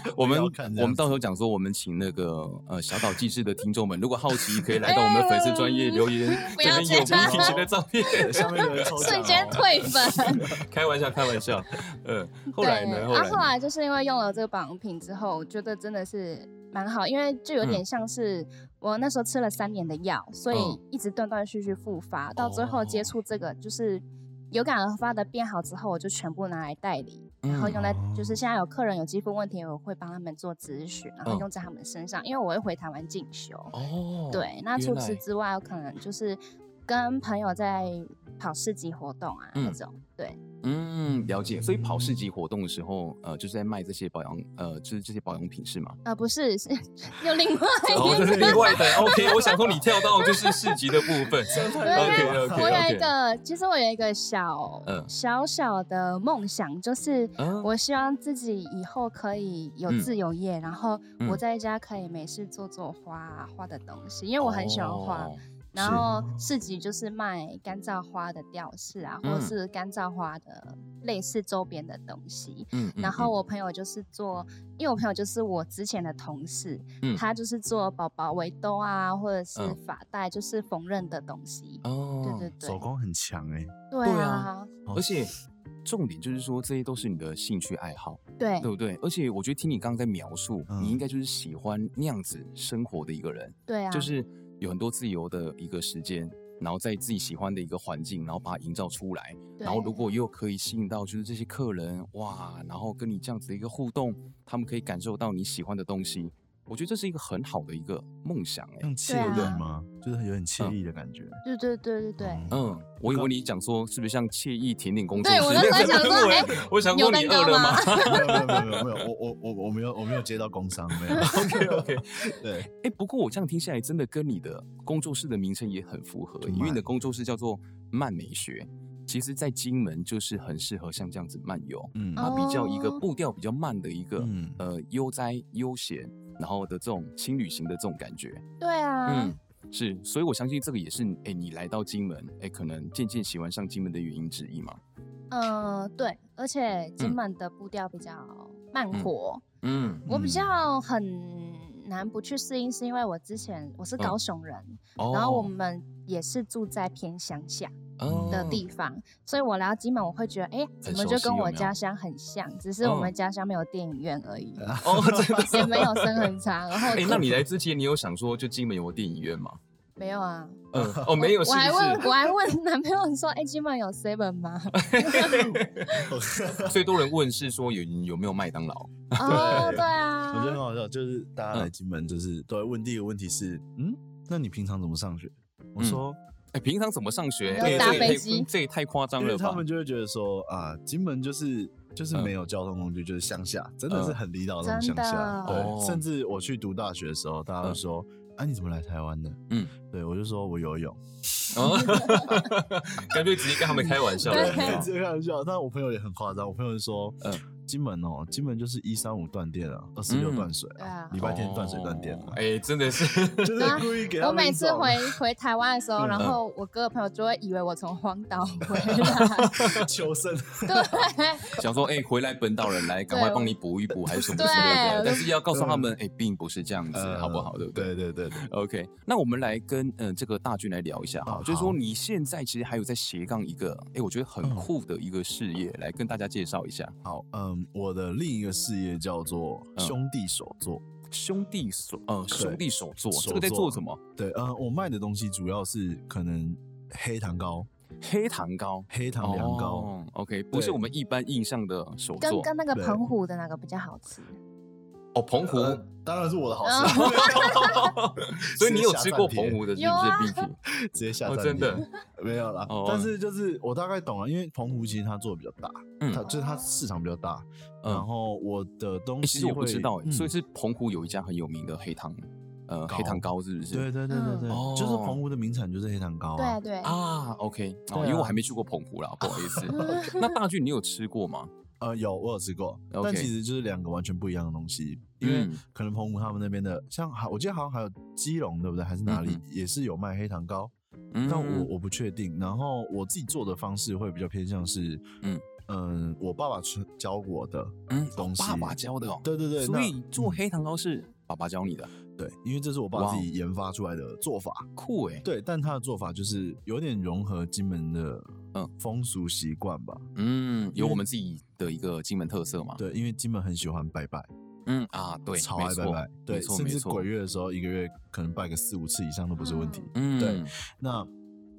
[SPEAKER 2] 我们
[SPEAKER 4] 要看这样
[SPEAKER 2] 我们到时
[SPEAKER 4] 子
[SPEAKER 2] 候讲说，我们请那个呃小岛纪事的听众们，如果好奇，可以来到我们的粉丝专业留言，
[SPEAKER 3] 嗯 不
[SPEAKER 2] 这
[SPEAKER 3] 要
[SPEAKER 2] 边有
[SPEAKER 3] 这样
[SPEAKER 2] Vicky 以前的照片。
[SPEAKER 4] 下面有人抽奖哦
[SPEAKER 3] 瞬间退粉。
[SPEAKER 2] 开玩笑，开玩笑。呃，后
[SPEAKER 3] 对，
[SPEAKER 2] 来呢？后
[SPEAKER 3] 啊
[SPEAKER 2] 来
[SPEAKER 3] 后
[SPEAKER 2] 呢？
[SPEAKER 3] 来就是因为用了这个保养品之后，我觉得真的是蛮好，因为就有点像是我那时候吃了三年的药，所以
[SPEAKER 2] 嗯
[SPEAKER 3] 一直断断续续复发，到最后接
[SPEAKER 2] 哦
[SPEAKER 3] 触这个就是。有感而发的变好之后，我就全部拿来代理，然后
[SPEAKER 2] 嗯
[SPEAKER 3] 用在就是
[SPEAKER 4] 哦
[SPEAKER 3] 现在有客人有肌肤问题，我会帮他们做咨询，然后
[SPEAKER 2] 嗯
[SPEAKER 3] 用在他们身上，因为我会回台湾进修。
[SPEAKER 2] 哦，
[SPEAKER 3] 对，那
[SPEAKER 2] 原
[SPEAKER 3] 除此
[SPEAKER 2] 来
[SPEAKER 3] 之外，我可能就是跟朋友在跑市集活动啊、那
[SPEAKER 2] 嗯
[SPEAKER 3] 种。对，
[SPEAKER 2] 嗯，了解。所以跑市集活动的时候，呃，就是在卖这些保养，呃，就是这些保养品是吗？
[SPEAKER 3] 啊、不是， 是又另外一
[SPEAKER 2] 哦，这是
[SPEAKER 3] 个
[SPEAKER 2] 另外的。OK，我想说你跳到就是市集的部分。
[SPEAKER 3] 对
[SPEAKER 2] 嗯 OK OK
[SPEAKER 3] 我有
[SPEAKER 2] OK
[SPEAKER 3] 一。个，其实我有一个小、
[SPEAKER 2] 嗯
[SPEAKER 3] 小小的梦想，就是
[SPEAKER 2] 嗯
[SPEAKER 3] 我希望自己以后可以有
[SPEAKER 2] 嗯
[SPEAKER 3] 自由业，然后我
[SPEAKER 2] 嗯
[SPEAKER 3] 在家可以没事做做花啊花的东西，因为我很喜欢花。
[SPEAKER 2] 哦
[SPEAKER 3] 然
[SPEAKER 2] 是
[SPEAKER 3] 后市集就是卖干燥花的吊饰啊，或
[SPEAKER 2] 嗯
[SPEAKER 3] 是干燥花的类似周边的东西。
[SPEAKER 2] 嗯，嗯
[SPEAKER 3] 然后
[SPEAKER 2] 嗯
[SPEAKER 3] 我朋友就是做，因为我朋友就是我之前的同事，
[SPEAKER 2] 嗯
[SPEAKER 3] 他就是做宝宝围兜啊，或者是
[SPEAKER 2] 嗯
[SPEAKER 3] 发带，就是缝纫的东西。
[SPEAKER 2] 哦，
[SPEAKER 3] 对对对，
[SPEAKER 4] 手工很强哎，
[SPEAKER 3] 对
[SPEAKER 2] 对啊
[SPEAKER 3] 啊，
[SPEAKER 2] 而且重点就是说，这些都是你的兴趣爱好，
[SPEAKER 3] 对
[SPEAKER 2] 对不对？而且我觉得听你刚刚在描述，
[SPEAKER 4] 嗯
[SPEAKER 2] 你应该就是喜欢那样子生活的一个人。
[SPEAKER 3] 对啊，
[SPEAKER 2] 就是有很多自由的一个时间，然后在自己喜欢的一个环境，然后把它营造出来，然后
[SPEAKER 3] 对
[SPEAKER 2] 如果又可以吸引到就是这些客人哇，然后跟你这样子的一个互动，他们可以感受到你喜欢的东西，我觉得这是一个很好的一个梦想哎、
[SPEAKER 4] 像惬
[SPEAKER 3] 对啊
[SPEAKER 4] 意吗？就是有点惬意的感觉。
[SPEAKER 3] 对对对对对。
[SPEAKER 4] 嗯
[SPEAKER 2] 嗯，我以为你讲说是不是像惬意甜点工作
[SPEAKER 3] 对
[SPEAKER 2] 室？
[SPEAKER 3] 我那时候想说
[SPEAKER 2] 我
[SPEAKER 3] 哎
[SPEAKER 2] 我想
[SPEAKER 3] 有
[SPEAKER 2] 说你
[SPEAKER 3] 蛋
[SPEAKER 2] 饿
[SPEAKER 3] 糕
[SPEAKER 2] 了
[SPEAKER 3] 吗
[SPEAKER 2] 吗
[SPEAKER 4] 没有没有没有没有，我我我我没有我没有接到工伤， 没有。
[SPEAKER 2] ？OK OK，
[SPEAKER 4] 对，
[SPEAKER 2] 哎，不过我这样听下来，真的跟你的工作室的名称也很符合，因为你的
[SPEAKER 4] 慢
[SPEAKER 2] 工作室叫做慢美学。其实，在金门就是很适合像这样子漫游，
[SPEAKER 4] 嗯
[SPEAKER 2] 它比较一个
[SPEAKER 3] 哦
[SPEAKER 2] 步调比较慢的一个、
[SPEAKER 4] 嗯
[SPEAKER 2] 呃悠哉悠闲，然后的这种轻旅行的这种感觉。
[SPEAKER 3] 对啊，
[SPEAKER 2] 嗯，是，所以我相信这个也是哎你来到金门哎可能渐渐喜欢上金门的原因之一嘛。
[SPEAKER 3] 嗯，对，而且金
[SPEAKER 2] 嗯
[SPEAKER 3] 门的步调比较慢
[SPEAKER 2] 嗯
[SPEAKER 3] 活，
[SPEAKER 2] 嗯，
[SPEAKER 3] 我比
[SPEAKER 4] 嗯
[SPEAKER 3] 较很难不去适应，是因为我之前我是
[SPEAKER 2] 嗯
[SPEAKER 3] 高雄人，
[SPEAKER 2] 哦
[SPEAKER 3] 然后我们也是住在偏乡下的
[SPEAKER 2] 哦
[SPEAKER 3] 地方，所以我来到金门，我会觉得，哎、怎
[SPEAKER 2] 很
[SPEAKER 3] 么
[SPEAKER 2] 熟
[SPEAKER 3] 就
[SPEAKER 2] 悉
[SPEAKER 3] 跟
[SPEAKER 2] 有
[SPEAKER 3] 我
[SPEAKER 2] 没有
[SPEAKER 3] 家乡很像？只是我们
[SPEAKER 2] 嗯
[SPEAKER 3] 家乡没有电影院而 已，
[SPEAKER 2] 哦，真的
[SPEAKER 3] 也没有生很长，然后
[SPEAKER 2] 哎，
[SPEAKER 3] 就
[SPEAKER 2] 那你来之前，你有想说就金门有电影院吗？
[SPEAKER 3] 没有啊，
[SPEAKER 2] 嗯，哦，没有，
[SPEAKER 3] 我
[SPEAKER 2] 是
[SPEAKER 3] 我还问
[SPEAKER 2] 不
[SPEAKER 3] 我还问男朋友说，哎、今晚有 seven 吗？啊
[SPEAKER 2] 是？最啊多人问是说有有没有麦当劳？
[SPEAKER 3] 哦，对啊，
[SPEAKER 4] 我觉得很好笑，就是大家来
[SPEAKER 2] 嗯
[SPEAKER 4] 金门就是都会问第一个问题是，嗯，那你平常怎么上学？我说，
[SPEAKER 2] 哎，平常怎么上学？
[SPEAKER 3] 都
[SPEAKER 2] 哎
[SPEAKER 4] 搭
[SPEAKER 2] 这也
[SPEAKER 4] 飞
[SPEAKER 2] 太
[SPEAKER 3] 机
[SPEAKER 2] 这也太夸张
[SPEAKER 4] 因为
[SPEAKER 2] 了
[SPEAKER 4] 他
[SPEAKER 2] 吧
[SPEAKER 4] 们？就 会觉得说啊，金门就是就是
[SPEAKER 2] 嗯
[SPEAKER 4] 没有交通工具，就是乡下，真的是很离岛那种乡下。
[SPEAKER 3] 嗯
[SPEAKER 2] 真的嗯哦
[SPEAKER 4] 对，甚至我去读大学的时候，大家会说，啊，你怎么来台湾的？
[SPEAKER 2] 嗯，
[SPEAKER 4] 对我就说我 游泳，
[SPEAKER 2] 哦 干脆直接跟他们开玩笑
[SPEAKER 3] 对
[SPEAKER 2] 了。哦
[SPEAKER 4] 对，
[SPEAKER 2] 你知
[SPEAKER 4] 这个开玩笑。但我朋友也很夸张，我朋友就说
[SPEAKER 2] 啊嗯，
[SPEAKER 4] 金门哦，金门就是一三五断电啊，二四六
[SPEAKER 2] 嗯
[SPEAKER 4] 断水
[SPEAKER 3] 对
[SPEAKER 4] 啊
[SPEAKER 3] 啊，
[SPEAKER 4] 礼
[SPEAKER 2] 道
[SPEAKER 4] 拜天断水断电
[SPEAKER 2] 哦
[SPEAKER 4] 啊，
[SPEAKER 2] 哎，真的是，
[SPEAKER 4] 就是故意给他
[SPEAKER 3] 我
[SPEAKER 4] 们
[SPEAKER 3] 每次
[SPEAKER 4] 找
[SPEAKER 3] 回回台湾的时候，
[SPEAKER 4] 嗯
[SPEAKER 3] 然后我哥的朋友就会以为我从荒岛回 来，
[SPEAKER 4] 求生。
[SPEAKER 3] 对
[SPEAKER 2] 想说哎，回来本岛人来，赶
[SPEAKER 4] 哦
[SPEAKER 2] 快帮你补一补，还是什么之类
[SPEAKER 3] 对。
[SPEAKER 2] 的但是要告诉他们，哎，并不是这样子，
[SPEAKER 4] 嗯呃
[SPEAKER 2] 好不好？对不对？
[SPEAKER 4] 对对对对，
[SPEAKER 2] OK，那我们来跟嗯、呃这个大军来聊一下哈，
[SPEAKER 4] 哦
[SPEAKER 2] 就是说
[SPEAKER 4] 好
[SPEAKER 2] 你现在其实还有在斜杠一个，哎，我觉得很
[SPEAKER 4] 嗯
[SPEAKER 2] 酷的一个事业，来跟大家介绍一下
[SPEAKER 4] 好，嗯，我的另一个事业叫做
[SPEAKER 2] 嗯
[SPEAKER 4] 兄弟手作。
[SPEAKER 2] 兄弟手呃兄弟手作，这
[SPEAKER 4] 手
[SPEAKER 2] 个在做
[SPEAKER 4] 作
[SPEAKER 2] 什么？
[SPEAKER 4] 对，呃，我卖的东西主要是可能黑糖糕、
[SPEAKER 2] 黑糖糕。
[SPEAKER 4] 黑糖凉糕。
[SPEAKER 2] 哦、，OK，不是
[SPEAKER 4] 对
[SPEAKER 2] 我们一般印象的手
[SPEAKER 3] 跟
[SPEAKER 2] 作
[SPEAKER 3] 跟那个
[SPEAKER 4] 对
[SPEAKER 3] 澎湖的那个比较好吃。
[SPEAKER 2] 哦，澎湖，
[SPEAKER 4] 呃当然是我的好 吃，
[SPEAKER 2] 呃 所以你有吃过
[SPEAKER 4] 直接下
[SPEAKER 2] 澎湖的是
[SPEAKER 3] 有啊
[SPEAKER 2] 不是 BT？
[SPEAKER 4] 直接下
[SPEAKER 2] 哦
[SPEAKER 4] 站、
[SPEAKER 2] 真的
[SPEAKER 4] 没有啦、
[SPEAKER 2] 哦
[SPEAKER 4] 但是就是我大概懂了，因为澎湖其实它做的比较大，
[SPEAKER 2] 嗯
[SPEAKER 4] 它就是它市场比较大。然
[SPEAKER 2] 嗯，
[SPEAKER 4] 后我的东
[SPEAKER 2] 诶
[SPEAKER 4] 西
[SPEAKER 2] 其实我不
[SPEAKER 4] 会
[SPEAKER 2] 知道、诶所以
[SPEAKER 4] 嗯
[SPEAKER 2] 是澎湖有一家很有名的黑糖，呃，黑
[SPEAKER 4] 糕
[SPEAKER 2] 糖糕是不是？
[SPEAKER 4] 对对对对对，
[SPEAKER 2] 嗯
[SPEAKER 4] 就是
[SPEAKER 2] 哦
[SPEAKER 4] 澎湖的名产就是黑糖糕
[SPEAKER 3] 对
[SPEAKER 4] 啊
[SPEAKER 3] 啊，。对，
[SPEAKER 2] 啊，OK，哦、
[SPEAKER 4] 对
[SPEAKER 2] 因为我
[SPEAKER 4] 啊
[SPEAKER 2] 还没去过澎湖啦，不好 意思。
[SPEAKER 3] 嗯
[SPEAKER 2] 那大俊，你有吃过吗？
[SPEAKER 4] 呃，有我有吃过但
[SPEAKER 2] OK
[SPEAKER 4] 其实就是两个完全不一样的东西，因为
[SPEAKER 2] 嗯
[SPEAKER 4] 可能澎湖他们那边的，像好，我记得好像还有基隆对不对？还是哪里、
[SPEAKER 2] 嗯
[SPEAKER 4] 也是有卖黑糖糕，
[SPEAKER 2] 嗯
[SPEAKER 4] 但我我不确定。然后我自己做的方式会比较偏向是，
[SPEAKER 2] 嗯
[SPEAKER 4] 嗯嗯，我爸爸传教我的，
[SPEAKER 2] 嗯，哦
[SPEAKER 4] 东西
[SPEAKER 2] 爸爸教的哦，
[SPEAKER 4] 对对对，
[SPEAKER 2] 所
[SPEAKER 4] 那嗯
[SPEAKER 2] 以做黑糖糕是爸爸教你的，
[SPEAKER 4] 对，因为这是我
[SPEAKER 2] 哇
[SPEAKER 4] 爸
[SPEAKER 2] 哦
[SPEAKER 4] 自己研发出来的做法，
[SPEAKER 2] 酷哎，
[SPEAKER 4] 对，但他的做法就是有点融合金门的
[SPEAKER 2] 嗯
[SPEAKER 4] 风俗习惯吧，
[SPEAKER 2] 嗯，有
[SPEAKER 4] 因为
[SPEAKER 2] 我们自己的一个金门特色嘛，
[SPEAKER 4] 对，因为金门很喜欢拜拜，
[SPEAKER 2] 嗯啊，对，
[SPEAKER 4] 超
[SPEAKER 2] 没
[SPEAKER 4] 爱拜
[SPEAKER 2] 错
[SPEAKER 4] 拜，对，
[SPEAKER 2] 没错
[SPEAKER 4] 甚
[SPEAKER 2] 没
[SPEAKER 4] 至
[SPEAKER 2] 错
[SPEAKER 4] 鬼，月的时候，一个月可能拜个四五次以上都不是问题。
[SPEAKER 2] 嗯，
[SPEAKER 4] 对那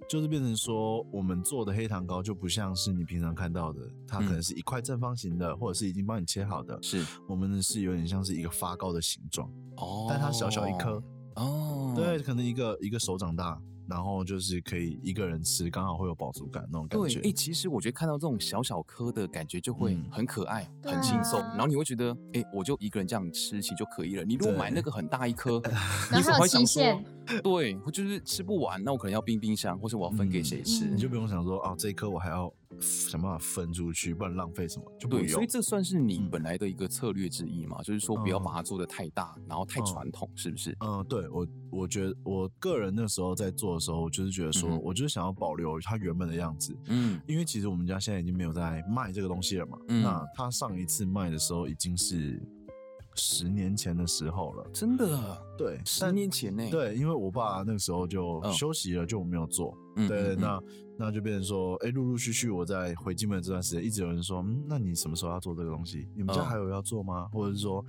[SPEAKER 4] 就是变成说，我们做的黑糖糕就不像是你平常看到的，它可
[SPEAKER 2] 嗯
[SPEAKER 4] 能是一块正方形的，或者是已经帮你切好的。
[SPEAKER 2] 是
[SPEAKER 4] 我们的是有点像是一个发糕的形状，
[SPEAKER 2] 哦，
[SPEAKER 4] 但它小小一颗，
[SPEAKER 2] 哦，
[SPEAKER 4] 对，可能一个一个手掌大，然后就是可以一个人吃，刚好会有饱足感那种感
[SPEAKER 2] 对，
[SPEAKER 4] 觉
[SPEAKER 2] 哎、。其实我觉得看到这种小小颗的感觉就会
[SPEAKER 4] 嗯
[SPEAKER 2] 很可爱、
[SPEAKER 3] 对
[SPEAKER 2] 很轻松，
[SPEAKER 3] 啊
[SPEAKER 2] 然后你会觉得，哎、我就一个人这样吃起就可以了。你如果
[SPEAKER 4] 对
[SPEAKER 2] 买那个很大一 颗，
[SPEAKER 3] 然
[SPEAKER 2] 你
[SPEAKER 3] 后还
[SPEAKER 2] 可能
[SPEAKER 3] 有
[SPEAKER 2] 会想
[SPEAKER 3] 期
[SPEAKER 2] 说
[SPEAKER 3] 限，
[SPEAKER 2] 对，我就是吃不完，那我可能要冰冰箱，或是我要分给谁吃。
[SPEAKER 4] 你就不用想说哦，这一颗我还要想办法分出去，不然浪费什么，就不
[SPEAKER 2] 对，所
[SPEAKER 4] 用
[SPEAKER 2] 以。这算是你
[SPEAKER 4] 嗯
[SPEAKER 2] 本来的一个策略之一嘛，就是说不要
[SPEAKER 4] 嗯
[SPEAKER 2] 把它做的太大，然后太
[SPEAKER 4] 嗯
[SPEAKER 2] 传统，是不是？
[SPEAKER 4] 嗯，对我，我觉得我个人那时候在做的时候，我就是觉得说，
[SPEAKER 2] 嗯哼
[SPEAKER 4] 我就是想要保留它原本的样子，
[SPEAKER 2] 嗯
[SPEAKER 4] 因为其实我们家现在已经没有在卖这个东西了嘛。
[SPEAKER 2] 嗯
[SPEAKER 4] 那他上一次卖的时候已经是十年前的时候了。
[SPEAKER 2] 真的，
[SPEAKER 4] 对，
[SPEAKER 2] 十
[SPEAKER 4] 但
[SPEAKER 2] 年前呢、，
[SPEAKER 4] 对，因为我爸那个时候就
[SPEAKER 2] 嗯
[SPEAKER 4] 休息了，就没有做。
[SPEAKER 2] 嗯嗯
[SPEAKER 4] 对，
[SPEAKER 2] 嗯
[SPEAKER 4] 那那就变成说，哎，陆陆续续我在回金门这段时间，一直有人说，嗯，那你什么时候要做这个东西？你们家
[SPEAKER 2] 嗯
[SPEAKER 4] 还有要做吗？或者是说，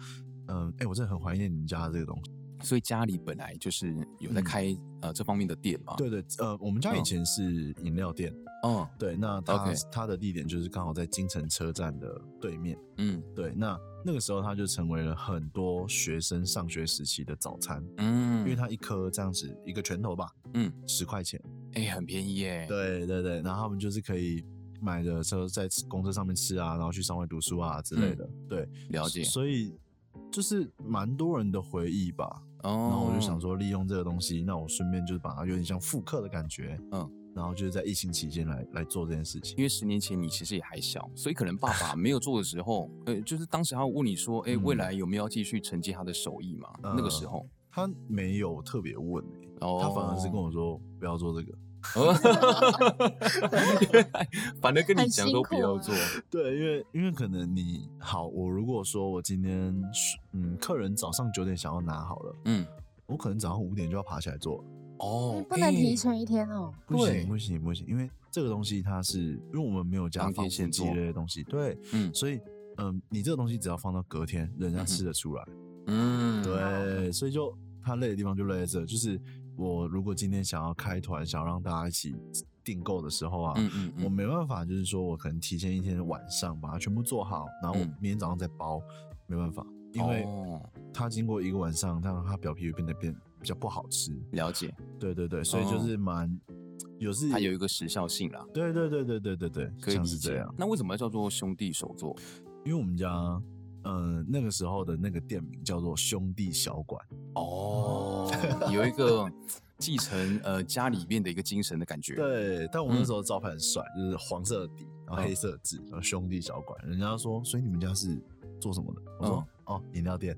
[SPEAKER 4] 嗯，哎，我真的很怀念你们家的这个东西。
[SPEAKER 2] 所以家里本来就是有在
[SPEAKER 4] 嗯
[SPEAKER 2] 开、呃这方面的店嘛。，
[SPEAKER 4] 对对，呃，我们家
[SPEAKER 2] 嗯
[SPEAKER 4] 以前是饮料店，
[SPEAKER 2] 嗯
[SPEAKER 4] 对，那它
[SPEAKER 2] OK
[SPEAKER 4] 它的地点就是刚好在金城车站的对面。
[SPEAKER 2] 嗯
[SPEAKER 4] 对，那那个时候它就成为了很多学生上学时期的早餐，
[SPEAKER 2] 嗯，
[SPEAKER 4] 因为它一颗这样子一个拳头吧，
[SPEAKER 2] 嗯，
[SPEAKER 4] 十块钱。
[SPEAKER 2] 哎、很便宜耶、
[SPEAKER 4] 对对对，然后他们就是可以买的时候在公车上面吃啊，然后去上外读书啊之
[SPEAKER 2] 嗯
[SPEAKER 4] 类的。对，
[SPEAKER 2] 了解。
[SPEAKER 4] 所以就是蛮多人的回忆吧。
[SPEAKER 2] 哦，
[SPEAKER 4] 然后我就想，说，利用这个东西，那我顺便就是把它有点像复刻的感觉，
[SPEAKER 2] 嗯，
[SPEAKER 4] 然后就是在疫情期间来来做这件事情。
[SPEAKER 2] 因为十年前你其实也还小，所以可能爸爸没有做的时候，呃，就是当时他问你说，哎、未
[SPEAKER 4] 嗯
[SPEAKER 2] 来有没有要继续承接他的手艺嘛？那个时
[SPEAKER 4] 呃
[SPEAKER 2] 候，
[SPEAKER 4] 他没有特别问、欸，
[SPEAKER 2] 哦，
[SPEAKER 4] 他反而是跟我说不要做这个。
[SPEAKER 2] 反而跟你
[SPEAKER 3] 很
[SPEAKER 2] 讲
[SPEAKER 3] 辛
[SPEAKER 2] 都不
[SPEAKER 3] 苦
[SPEAKER 2] 要
[SPEAKER 3] 啊
[SPEAKER 2] 做，
[SPEAKER 4] 对，因为因为可能你好，我如果说我今天是嗯，客人早上九点想要拿好了，
[SPEAKER 2] 嗯，
[SPEAKER 4] 我可能早上五点就要爬起来做，
[SPEAKER 2] 哦
[SPEAKER 3] 你，不能提
[SPEAKER 2] 哎
[SPEAKER 3] 前一天哦。
[SPEAKER 4] 不
[SPEAKER 2] 对
[SPEAKER 4] 行不行不行，因为这个东西它是因为我们没有加
[SPEAKER 2] 当
[SPEAKER 4] 防
[SPEAKER 2] 天
[SPEAKER 4] 腐
[SPEAKER 2] 现
[SPEAKER 4] 剂
[SPEAKER 2] 做
[SPEAKER 4] 类的东西，对，
[SPEAKER 2] 嗯
[SPEAKER 4] 所以嗯，你这个东西只要放到隔天，人家吃得出来，
[SPEAKER 2] 嗯，
[SPEAKER 4] 啊对，所以就它累的地方就累在这，就是我如果今天想要开团，想要让大家一起订购的时候啊，
[SPEAKER 2] 嗯嗯
[SPEAKER 4] 我
[SPEAKER 2] 嗯，
[SPEAKER 4] 没办法，就是说我可能提前一天晚上把它全部做好，然后我
[SPEAKER 2] 嗯
[SPEAKER 4] 明天早上再包，没办法，因为
[SPEAKER 2] 哦
[SPEAKER 4] 它经过一个晚上，让它表皮会变得变比较不好吃。
[SPEAKER 2] 了解，
[SPEAKER 4] 对对对，所以
[SPEAKER 2] 哦
[SPEAKER 4] 就是蛮、有是
[SPEAKER 2] 它有一个时效性啦，
[SPEAKER 4] 对对对对对对对，
[SPEAKER 2] 可以
[SPEAKER 4] 像
[SPEAKER 2] 理
[SPEAKER 4] 是这
[SPEAKER 2] 解
[SPEAKER 4] 样。。
[SPEAKER 2] 那为什么叫做兄弟手作？
[SPEAKER 4] 因为我们家，呃，那个时候的那个店名叫做兄弟小馆，
[SPEAKER 2] 哦，有一 个继承呃家里面的一个精神的感觉。，
[SPEAKER 4] 对，但我
[SPEAKER 2] 嗯
[SPEAKER 4] 们那时候招牌很帅，就是黄色的底，然后黑色的字，然后兄弟小馆。人家说，所以你们家是做什么的？我说，
[SPEAKER 2] 嗯
[SPEAKER 4] 哦，饮料店。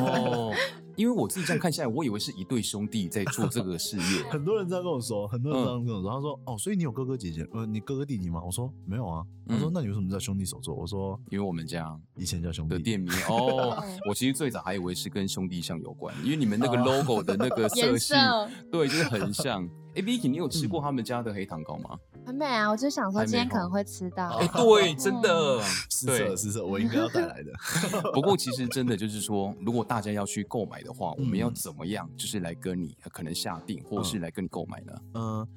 [SPEAKER 2] 哦，因为我自己这样看下来，我以为是一对兄弟在做这个事业。
[SPEAKER 4] 很多人这样跟我说，很多
[SPEAKER 2] 嗯
[SPEAKER 4] 人这样跟我说，他说，哦，所以你有哥哥姐姐，呃，你哥哥弟弟吗？我说没有啊。他说，
[SPEAKER 2] 嗯
[SPEAKER 4] 那你为什么叫兄弟手作？我说
[SPEAKER 2] 因为我们家
[SPEAKER 4] 以前叫兄
[SPEAKER 2] 的
[SPEAKER 4] 弟
[SPEAKER 2] 店名哦，我其实最早还以为是跟兄弟像有关，因为你们那个
[SPEAKER 4] 哦
[SPEAKER 2] logo 的那个色
[SPEAKER 3] 颜
[SPEAKER 2] 系，
[SPEAKER 3] 色
[SPEAKER 2] 对，就是很像。哎，Vicky，你有吃过他们家的黑糖糕吗？
[SPEAKER 3] 很美啊！我就想说
[SPEAKER 2] 还没
[SPEAKER 3] 今天
[SPEAKER 2] 吼
[SPEAKER 3] 可能会吃到
[SPEAKER 2] 哎，，
[SPEAKER 4] 嗯
[SPEAKER 2] 对，真的，
[SPEAKER 4] 是
[SPEAKER 2] 对
[SPEAKER 4] 色。是色，我应该要带来的。
[SPEAKER 2] 不过其实真的就是说，如果大家要去购买的话，我们要
[SPEAKER 4] 嗯
[SPEAKER 2] 怎么样，就是来跟你呃可能下定，或是
[SPEAKER 4] 嗯
[SPEAKER 2] 来跟你购买呢？
[SPEAKER 4] 呃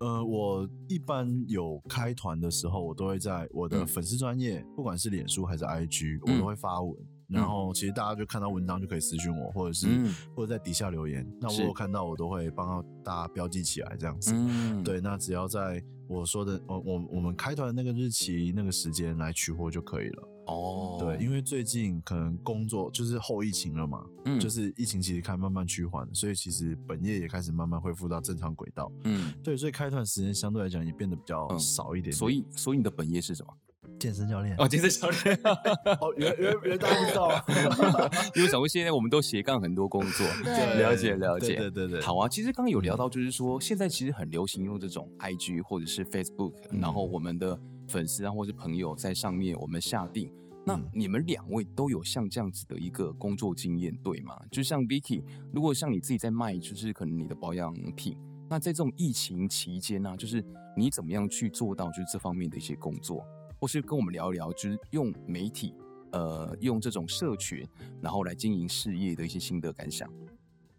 [SPEAKER 4] 呃，我一般有开团的时候，我都会在我的
[SPEAKER 2] 嗯
[SPEAKER 4] 粉丝专业，不管是脸书还是 IG，
[SPEAKER 2] 嗯
[SPEAKER 4] 我都会发文。然后其实大家就看到文章就可以私讯我，或者是、
[SPEAKER 2] 嗯
[SPEAKER 4] 或者在底下留言。那我
[SPEAKER 2] 是
[SPEAKER 4] 有看到，我都会帮到大家标记起来这样子。
[SPEAKER 2] 嗯，
[SPEAKER 4] 对，那只要在我说的，我我我们开团的那个日期、那个时间来取货就可以了。
[SPEAKER 2] 哦，
[SPEAKER 4] 对，因为最近可能工作就是后疫情了嘛，
[SPEAKER 2] 嗯
[SPEAKER 4] 就是疫情其实开始慢慢趋缓，所以其实本业也开始慢慢恢复到正常轨道。
[SPEAKER 2] 嗯，
[SPEAKER 4] 对，所以开团时间相对来讲也变得比较
[SPEAKER 2] 嗯
[SPEAKER 4] 少一点点、
[SPEAKER 2] 所以所以你的本业是 什么？
[SPEAKER 4] 健 身教练
[SPEAKER 2] 哦，健身教练。
[SPEAKER 4] 哦，原原原来不知道啊，
[SPEAKER 2] 因为想问现在我们都斜杠很多工作，
[SPEAKER 3] 对
[SPEAKER 2] 了解了解。
[SPEAKER 4] 对对对对，
[SPEAKER 2] 好啊，其实刚刚有聊到，就是说现在其实很流行用这种 IG 或者是 Facebook，、
[SPEAKER 4] 嗯
[SPEAKER 2] 然后我们的粉丝啊或是朋友在上面我们下定。那
[SPEAKER 4] 嗯
[SPEAKER 2] 你们两位都有像这样子的一个工作经验，对吗？就像 Vicky，如果像你自己在卖，就是可能你的保养品，那在这种疫情期间呢、就是你怎么样去做到就是这方面的一些工作，或是跟我们聊一聊，就是用媒体，呃，用这种社群，然后来经营事业的一些心得感想。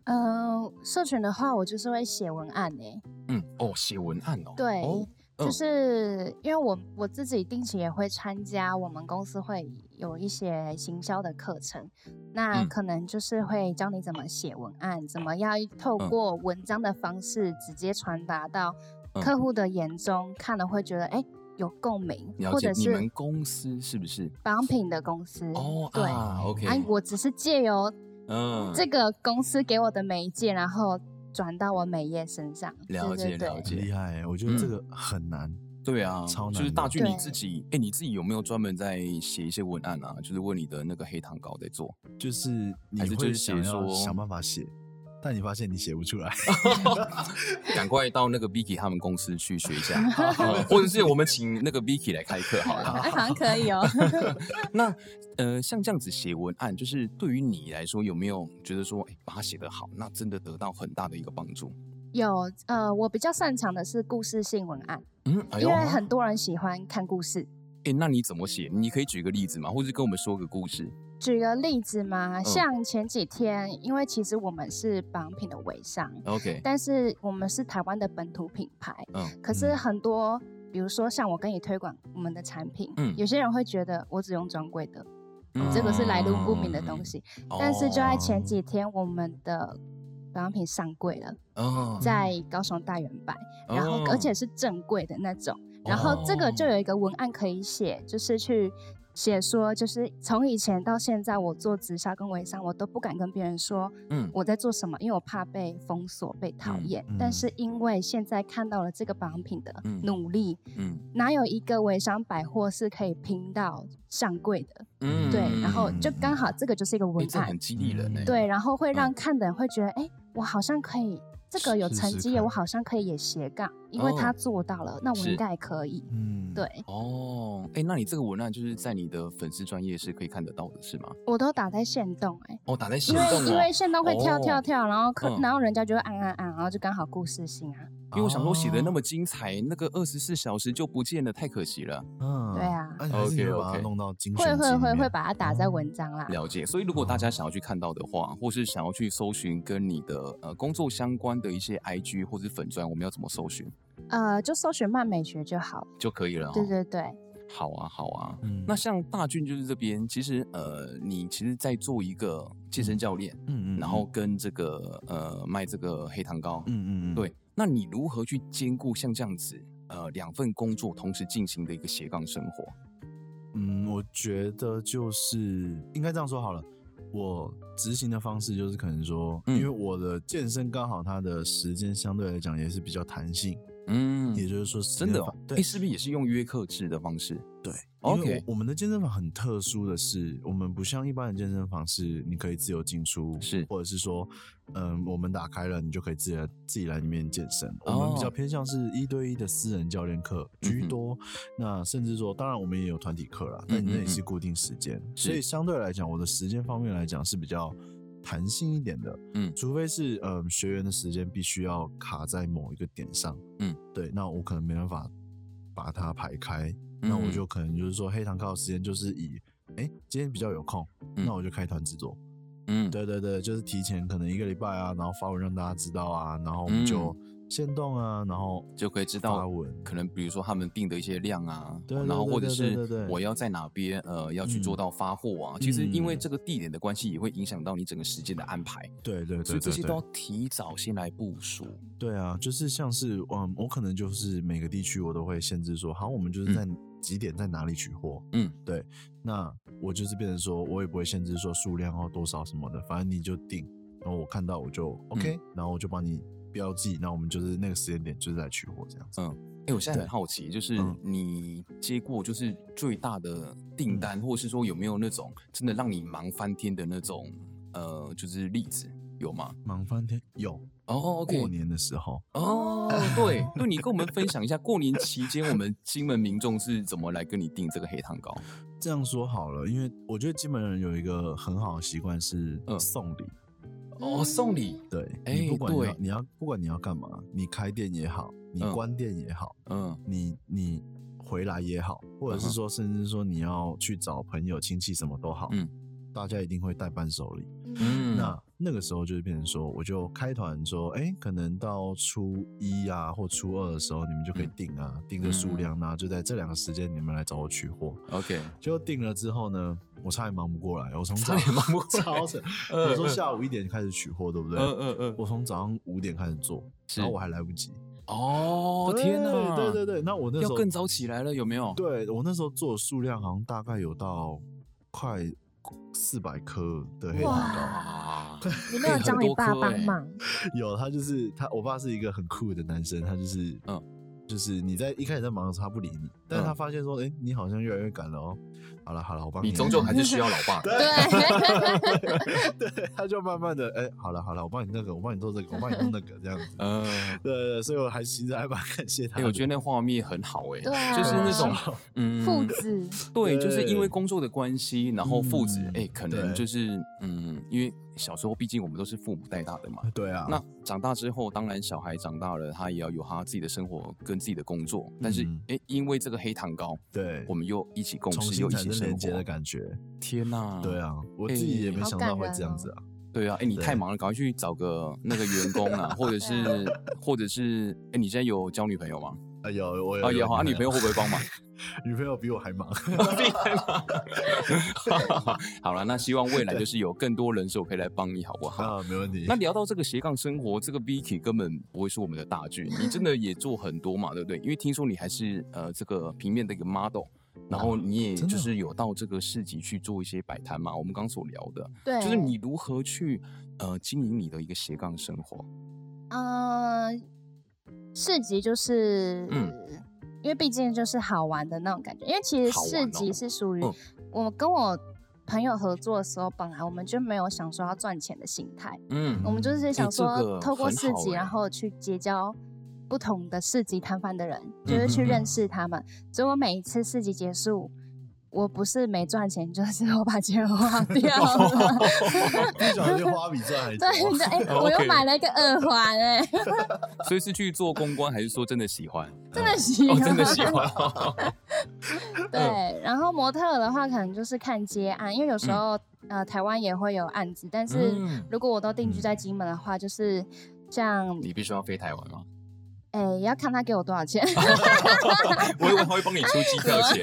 [SPEAKER 3] 嗯，社群的话，我就是会写文案欸诶、
[SPEAKER 2] 嗯，哦，写文案哦，
[SPEAKER 3] 对，
[SPEAKER 2] 哦嗯
[SPEAKER 3] 就是因为我我自己定期也会参加我们公司会有一些行销的课程，那
[SPEAKER 2] 嗯
[SPEAKER 3] 可能就是会教你怎么写文案，怎么要透
[SPEAKER 2] 嗯
[SPEAKER 3] 过文章的方式直接传达到
[SPEAKER 2] 嗯
[SPEAKER 3] 客户的眼中，看了会觉得哎、有共鸣，
[SPEAKER 2] 了
[SPEAKER 3] 或
[SPEAKER 2] 解
[SPEAKER 3] 者
[SPEAKER 2] 你们
[SPEAKER 3] 是
[SPEAKER 2] 公司是不是？
[SPEAKER 3] 保养品的公司
[SPEAKER 2] 哦
[SPEAKER 3] 对。
[SPEAKER 2] 啊，OK，
[SPEAKER 3] 哎、我只是借由
[SPEAKER 2] 嗯，
[SPEAKER 3] 这个公司给我的媒介，然后转到我美业身上。
[SPEAKER 2] 了解
[SPEAKER 3] 对对对
[SPEAKER 2] 了解嗯
[SPEAKER 4] 很厉害欸，我觉得这个很难。
[SPEAKER 2] 对啊，
[SPEAKER 4] 超
[SPEAKER 2] 就是
[SPEAKER 4] 难
[SPEAKER 2] 大
[SPEAKER 4] 的
[SPEAKER 2] 俊你
[SPEAKER 3] 对
[SPEAKER 2] 自己，哎，你自己有没有专门在写一些文案啊？就是为你的那个黑糖糕在做，
[SPEAKER 4] 就是你
[SPEAKER 2] 还是就是
[SPEAKER 4] 会
[SPEAKER 2] 写
[SPEAKER 4] 想要
[SPEAKER 2] 说
[SPEAKER 4] 想办法写，但你发现你写不出 来。
[SPEAKER 2] 赶快到那个 Vicky 他们公司去学一 下，嗯或者是我们请那个 Vicky 来开课好了。
[SPEAKER 3] 哎，好像可以哦。
[SPEAKER 2] 那呃，像这样子写文案，就是对于你来说，有没有觉得说，哎，把它写得好，那真的得到很大的一个帮助？
[SPEAKER 3] 有，呃，我比较擅长的是故事性文案，
[SPEAKER 2] 嗯，哎
[SPEAKER 3] 因
[SPEAKER 2] 呦，
[SPEAKER 3] 为很多人喜欢看故事。
[SPEAKER 2] 哎，那你怎么写？你可以举个例子吗？或者跟我们说个故事？
[SPEAKER 3] 举个例子
[SPEAKER 2] 嗯
[SPEAKER 3] 嘛，像前几天，因为其实我们是保养品的微商，
[SPEAKER 2] OK，
[SPEAKER 3] 但是我们是台湾的本土品牌，
[SPEAKER 2] 嗯
[SPEAKER 3] 可是
[SPEAKER 4] 嗯
[SPEAKER 3] 很多，比如说像我跟你推广我们的产品，
[SPEAKER 2] 嗯
[SPEAKER 3] 有些人会觉得我只用专柜的，这个是来路不
[SPEAKER 2] 嗯
[SPEAKER 3] 明的东。西。
[SPEAKER 2] 哦
[SPEAKER 3] 但是就在前几天，我们的保养品上柜了，
[SPEAKER 2] 哦，
[SPEAKER 3] 在高雄大圆百。然后而且是正规的那种。然后这个就
[SPEAKER 2] 哦
[SPEAKER 3] 有一个文案可以写，就是去写说，就是从以前到现在，我做直销跟微商，我都不敢跟别人说
[SPEAKER 2] 嗯
[SPEAKER 3] 我在做什么，因为我怕被封锁、被讨
[SPEAKER 2] 嗯
[SPEAKER 3] 厌。但
[SPEAKER 4] 嗯
[SPEAKER 3] 是因为现在看到了这个保养品的
[SPEAKER 2] 嗯
[SPEAKER 3] 努力，
[SPEAKER 2] 嗯
[SPEAKER 3] 哪有一个微商百货是可以拼到上柜的？
[SPEAKER 2] 嗯
[SPEAKER 3] 对，然后就
[SPEAKER 4] 嗯
[SPEAKER 3] 刚好这个就是一个
[SPEAKER 2] 诶
[SPEAKER 3] 文
[SPEAKER 2] 这
[SPEAKER 3] 案
[SPEAKER 2] 很，激励人呢。
[SPEAKER 4] 嗯
[SPEAKER 3] 对，然后会
[SPEAKER 2] 嗯
[SPEAKER 3] 让看的人会觉得，哎、我好像可以，这个有
[SPEAKER 4] 试
[SPEAKER 3] 成
[SPEAKER 4] 试
[SPEAKER 3] 绩耶，
[SPEAKER 4] 看
[SPEAKER 3] 我好像可以也斜杠，因为他
[SPEAKER 2] 哦
[SPEAKER 3] 做到了，那我
[SPEAKER 2] 是
[SPEAKER 3] 应该也可以。
[SPEAKER 4] 嗯，
[SPEAKER 3] 对
[SPEAKER 2] 哦，哎，那你这个文案就是在你的粉丝专业是可以看得到的，是吗？
[SPEAKER 3] 我都打在线动、哎。
[SPEAKER 2] 哦，打在行
[SPEAKER 3] 因
[SPEAKER 2] 动
[SPEAKER 3] 为因
[SPEAKER 2] 哦
[SPEAKER 3] 为线动会跳
[SPEAKER 2] 哦
[SPEAKER 3] 跳跳，然后可
[SPEAKER 2] 嗯
[SPEAKER 3] 然后人家就会按按按，然后就刚好故事性啊，
[SPEAKER 2] 因为我想说写的那么精彩，那个二十四小时就不见了，太可惜了。
[SPEAKER 4] 嗯，
[SPEAKER 3] 对啊
[SPEAKER 4] 那你还是
[SPEAKER 2] OK，
[SPEAKER 4] 有把它
[SPEAKER 2] OK
[SPEAKER 4] 弄到精选
[SPEAKER 3] 会
[SPEAKER 4] 集
[SPEAKER 3] 会
[SPEAKER 4] 里
[SPEAKER 3] 会会
[SPEAKER 4] 面
[SPEAKER 3] 把它打在文章啦。
[SPEAKER 2] 了解，所以如果大家想要去看到的话，或是想要去搜寻跟你的呃工作相关的一些 IG 或是粉砖，我们要怎么搜寻
[SPEAKER 3] 呃，就搜寻慢美学就好。
[SPEAKER 2] 就可以了、哦。
[SPEAKER 3] 对对对，
[SPEAKER 2] 好啊，好啊。
[SPEAKER 4] 嗯
[SPEAKER 2] 那像大俊就是这边，其实呃，你其实在做一个健身教练，
[SPEAKER 4] 嗯
[SPEAKER 2] 然后跟这个呃卖这个黑糖糕，
[SPEAKER 4] 嗯嗯嗯，
[SPEAKER 2] 对。那你如何去兼顾像这样子呃两份工作同时进行的一个斜杠生活？
[SPEAKER 4] 嗯，我觉得就是应该这样说好了。我执行的方式就是可能说，
[SPEAKER 2] 嗯
[SPEAKER 4] 因为我的健身刚好它的时间相对来讲也是比较弹性，
[SPEAKER 2] 嗯，
[SPEAKER 4] 也就是说时间
[SPEAKER 2] 真的、哦
[SPEAKER 4] 反，
[SPEAKER 2] 哎、
[SPEAKER 4] 对
[SPEAKER 2] 是不是也是用约克制的方式？
[SPEAKER 4] 对。
[SPEAKER 2] OK
[SPEAKER 4] 因为我我们的健身房很特殊的是，我们不像一般的健身房是你可以自由进出，
[SPEAKER 2] 是
[SPEAKER 4] 或者是说，嗯，我们打开了你就可以自己来自己来里面健身。
[SPEAKER 2] 哦嗯
[SPEAKER 4] 我们比较偏向是一对一的私人教练课居多，那甚至说，当然我们也有团体课啦，
[SPEAKER 2] 嗯
[SPEAKER 4] 但那也是固定时间，所以相对来讲，我的时间方面来讲是比较。弹性一点的，
[SPEAKER 2] 嗯
[SPEAKER 4] 除非是嗯、呃学员的时间必须要卡在某一个点上，
[SPEAKER 2] 嗯，
[SPEAKER 4] 对，那我可能没办法把它排开，那我
[SPEAKER 2] 嗯
[SPEAKER 4] 就可能就是说黑糖靠的时间就是以，哎、今天比较有空，
[SPEAKER 2] 嗯
[SPEAKER 4] 那我就开团制作。
[SPEAKER 2] 嗯，
[SPEAKER 4] 对对对，就是提前可能一个礼拜啊，然后发文让大家知道啊，然后我们就
[SPEAKER 2] 嗯
[SPEAKER 4] 先动啊，然后
[SPEAKER 2] 就可以知
[SPEAKER 4] 发
[SPEAKER 2] 道
[SPEAKER 4] 文。
[SPEAKER 2] 可能比如说他们定的一些量啊，
[SPEAKER 4] 对
[SPEAKER 2] 然后
[SPEAKER 4] 对
[SPEAKER 2] 或者
[SPEAKER 4] 对对对对
[SPEAKER 2] 是
[SPEAKER 4] 对
[SPEAKER 2] 我要在哪边呃要去做
[SPEAKER 4] 嗯
[SPEAKER 2] 到发货啊，其实因为
[SPEAKER 4] 嗯
[SPEAKER 2] 这个地点的关系，也会影响到你整个时间的安排，
[SPEAKER 4] 对对
[SPEAKER 2] 所
[SPEAKER 4] 对
[SPEAKER 2] 以这
[SPEAKER 4] 对
[SPEAKER 2] 些都要
[SPEAKER 4] 对，
[SPEAKER 2] 提早先来部署。
[SPEAKER 4] 对啊，就是像是嗯，我可能就是每个地区我都会限制说，好，我们就是在几点在哪里取货。
[SPEAKER 2] 嗯，
[SPEAKER 4] 对，那我就是变成说我也不会限制说数量或多少什么的，反正你就定，然后我看到我就
[SPEAKER 2] 嗯
[SPEAKER 4] OK，、然后我就帮你标记，那我们就是那个时间点就是来取货这样子。
[SPEAKER 2] 哎，我现在很
[SPEAKER 4] 对
[SPEAKER 2] 好奇，就是
[SPEAKER 4] 嗯
[SPEAKER 2] 你接过就是最大的订
[SPEAKER 4] 嗯
[SPEAKER 2] 单，或者是说有没有那种真的让你忙翻天的那种呃，就是例子有吗？
[SPEAKER 4] 忙翻天有，
[SPEAKER 2] 哦，OK，
[SPEAKER 4] 过年的时候，
[SPEAKER 2] 哦，对，对你跟我们分享一下，过年期间我们金门民众是怎么来跟你订这个黑糖糕？
[SPEAKER 4] 这样说好了，因为我觉得金门人有一个很好的习惯是
[SPEAKER 2] 嗯
[SPEAKER 4] 送礼。
[SPEAKER 2] 哦，送礼，
[SPEAKER 4] 对，
[SPEAKER 2] 哎
[SPEAKER 4] 你不管你要
[SPEAKER 2] 对
[SPEAKER 4] 你要不管你要干嘛，你开店也好，你
[SPEAKER 2] 嗯
[SPEAKER 4] 关店也好，
[SPEAKER 2] 嗯，
[SPEAKER 4] 你你回来也好，或者
[SPEAKER 2] 嗯
[SPEAKER 4] 是
[SPEAKER 2] 哼
[SPEAKER 4] 说甚至说你要去找朋友亲戚什么都好，
[SPEAKER 2] 嗯
[SPEAKER 4] 大家一定会带伴手礼。
[SPEAKER 2] 嗯
[SPEAKER 4] 那那个时候就是变成说，我就开团说，哎、可能到初一啊或初二的时候，你们就可以
[SPEAKER 2] 嗯
[SPEAKER 4] 定啊，定个数量啊，就在这两个时间你们来找我取货。
[SPEAKER 2] OK，
[SPEAKER 4] 结果定了之后呢，我差点忙不过来，我从
[SPEAKER 2] 差 点忙不过来
[SPEAKER 4] 超扯。
[SPEAKER 2] 嗯
[SPEAKER 4] 我说下午一点开始取货，对不对？
[SPEAKER 2] 嗯嗯，
[SPEAKER 4] 我从早上五点开始做，
[SPEAKER 2] 是
[SPEAKER 4] 然后我还来不及。
[SPEAKER 2] 哦，
[SPEAKER 4] 对
[SPEAKER 2] 天哪，
[SPEAKER 4] 对对对，那我那时
[SPEAKER 2] 要
[SPEAKER 4] 候
[SPEAKER 2] 更早起来了，有没有？
[SPEAKER 4] 对我那时候做的数量好像大概有到快四百颗的黑糖糕。
[SPEAKER 2] 哇，
[SPEAKER 3] 你没有
[SPEAKER 2] 很
[SPEAKER 3] 找你
[SPEAKER 2] 多
[SPEAKER 3] 爸
[SPEAKER 2] 颗
[SPEAKER 3] 帮
[SPEAKER 2] 欸
[SPEAKER 3] 忙？
[SPEAKER 4] 有，他就是他，我爸是一个很酷的男生，他就是
[SPEAKER 2] 嗯
[SPEAKER 4] 嗯，就是你在一开始在忙的时候他不理你，但是他
[SPEAKER 2] 嗯
[SPEAKER 4] 发现说，哎、你好像越来越赶了哦。好了好了，我帮
[SPEAKER 2] 你
[SPEAKER 4] 啊
[SPEAKER 2] 终究还是需要老爸的。
[SPEAKER 4] 对对，他就慢慢的，哎、好了好了，我帮你那个，我帮你做这个，我帮你弄那个，这样子。
[SPEAKER 2] 嗯，
[SPEAKER 4] 对对对，所以我还其实还蛮感谢他
[SPEAKER 2] 哎，
[SPEAKER 4] 的。
[SPEAKER 2] 我觉得那画面很好哎，
[SPEAKER 3] 对啊
[SPEAKER 2] 就是那种嗯
[SPEAKER 3] 父子，
[SPEAKER 2] 对，就是因为
[SPEAKER 4] 对
[SPEAKER 2] 工作的关系，然后父子
[SPEAKER 4] 嗯
[SPEAKER 2] 哎，可能
[SPEAKER 4] 对
[SPEAKER 2] 就是嗯，因为小时候毕竟我们都是父母带大的嘛，
[SPEAKER 4] 对啊，
[SPEAKER 2] 那长大之后，当然小孩长大了，他也要有他自己的生活跟自己的工作。但是，
[SPEAKER 4] 嗯
[SPEAKER 2] 哎、因为这个黑糖糕，
[SPEAKER 4] 对
[SPEAKER 2] 我，们又一起共
[SPEAKER 4] 重
[SPEAKER 2] 事，
[SPEAKER 4] 新
[SPEAKER 2] 又一
[SPEAKER 4] 产
[SPEAKER 2] 起
[SPEAKER 4] 生
[SPEAKER 2] 生
[SPEAKER 4] 连接的
[SPEAKER 2] 活。
[SPEAKER 4] 感觉。
[SPEAKER 2] 天呐、
[SPEAKER 4] 对，啊，我自己也
[SPEAKER 2] 哎
[SPEAKER 4] 没
[SPEAKER 3] 好
[SPEAKER 4] 想
[SPEAKER 3] 感
[SPEAKER 4] 到会
[SPEAKER 3] 人
[SPEAKER 4] 这样
[SPEAKER 3] 哦
[SPEAKER 4] 子啊。
[SPEAKER 2] 对啊，哎、你
[SPEAKER 4] 对
[SPEAKER 2] 太忙了，赶快去找个那个员工啊，或者是，或者是，哎、你现在有交女朋友吗？
[SPEAKER 4] 哎呦，我
[SPEAKER 2] 啊，有啊，女朋友
[SPEAKER 4] 友，
[SPEAKER 2] 会不会帮忙？
[SPEAKER 4] 女朋友比我还 忙。
[SPEAKER 2] 好了，那希望未来就是有更多人手可以来帮你，好不好？
[SPEAKER 4] 啊，没问题。
[SPEAKER 2] 那聊到这个斜杠生活，这个 Vicky 根本不会是我们的大剧，你真的也做很多嘛，对不对？因为听说你还是呃这个平面的一个 model，然后你也
[SPEAKER 4] 真的
[SPEAKER 2] 就
[SPEAKER 4] 哦
[SPEAKER 2] 是有到这个市集去做一些摆摊嘛，我们刚所聊的，
[SPEAKER 3] 对，
[SPEAKER 2] 就是你如何去呃经营你的一个斜杠生活，
[SPEAKER 3] 呃，市集就是，
[SPEAKER 2] 嗯
[SPEAKER 3] 因为毕竟就是好玩的那种感觉。因为其实
[SPEAKER 2] 好玩
[SPEAKER 3] 市
[SPEAKER 2] 哦
[SPEAKER 3] 集是属于、
[SPEAKER 2] 嗯
[SPEAKER 3] 我跟我朋友合作的时候，本来我们就没有想说要赚钱的心态，
[SPEAKER 2] 嗯
[SPEAKER 3] 我们就
[SPEAKER 2] 哎
[SPEAKER 3] 是想
[SPEAKER 2] 这
[SPEAKER 3] 说、
[SPEAKER 2] 个
[SPEAKER 3] 透过
[SPEAKER 2] 很
[SPEAKER 3] 市
[SPEAKER 2] 好
[SPEAKER 3] 集，
[SPEAKER 2] 哎
[SPEAKER 3] 然后去结交。不同的市集摊贩的人，就是去
[SPEAKER 2] 嗯嗯嗯
[SPEAKER 3] 认识他们。所以我每一次市集结束，我不是没赚钱，就是我把钱花掉 了。
[SPEAKER 2] 哦
[SPEAKER 4] 不小心花比赚还 多。
[SPEAKER 3] 对 对，哎、我又
[SPEAKER 2] OK
[SPEAKER 3] 买了一个耳环、哎，
[SPEAKER 2] 所以是去做公关，还是说真的喜欢？
[SPEAKER 3] 真的喜
[SPEAKER 2] 哦
[SPEAKER 3] 欢，，
[SPEAKER 2] 真的嗯喜欢。
[SPEAKER 3] 对，然后模特儿的话，可能就是看接案，因为有时候、呃台湾也会有案子，但是
[SPEAKER 2] 嗯
[SPEAKER 3] 如果我都定居在金门的话，就是像
[SPEAKER 2] 你必须要飞台湾吗？
[SPEAKER 3] 哎、要看他给我多少 钱。
[SPEAKER 2] 我以为他会帮你出机票钱。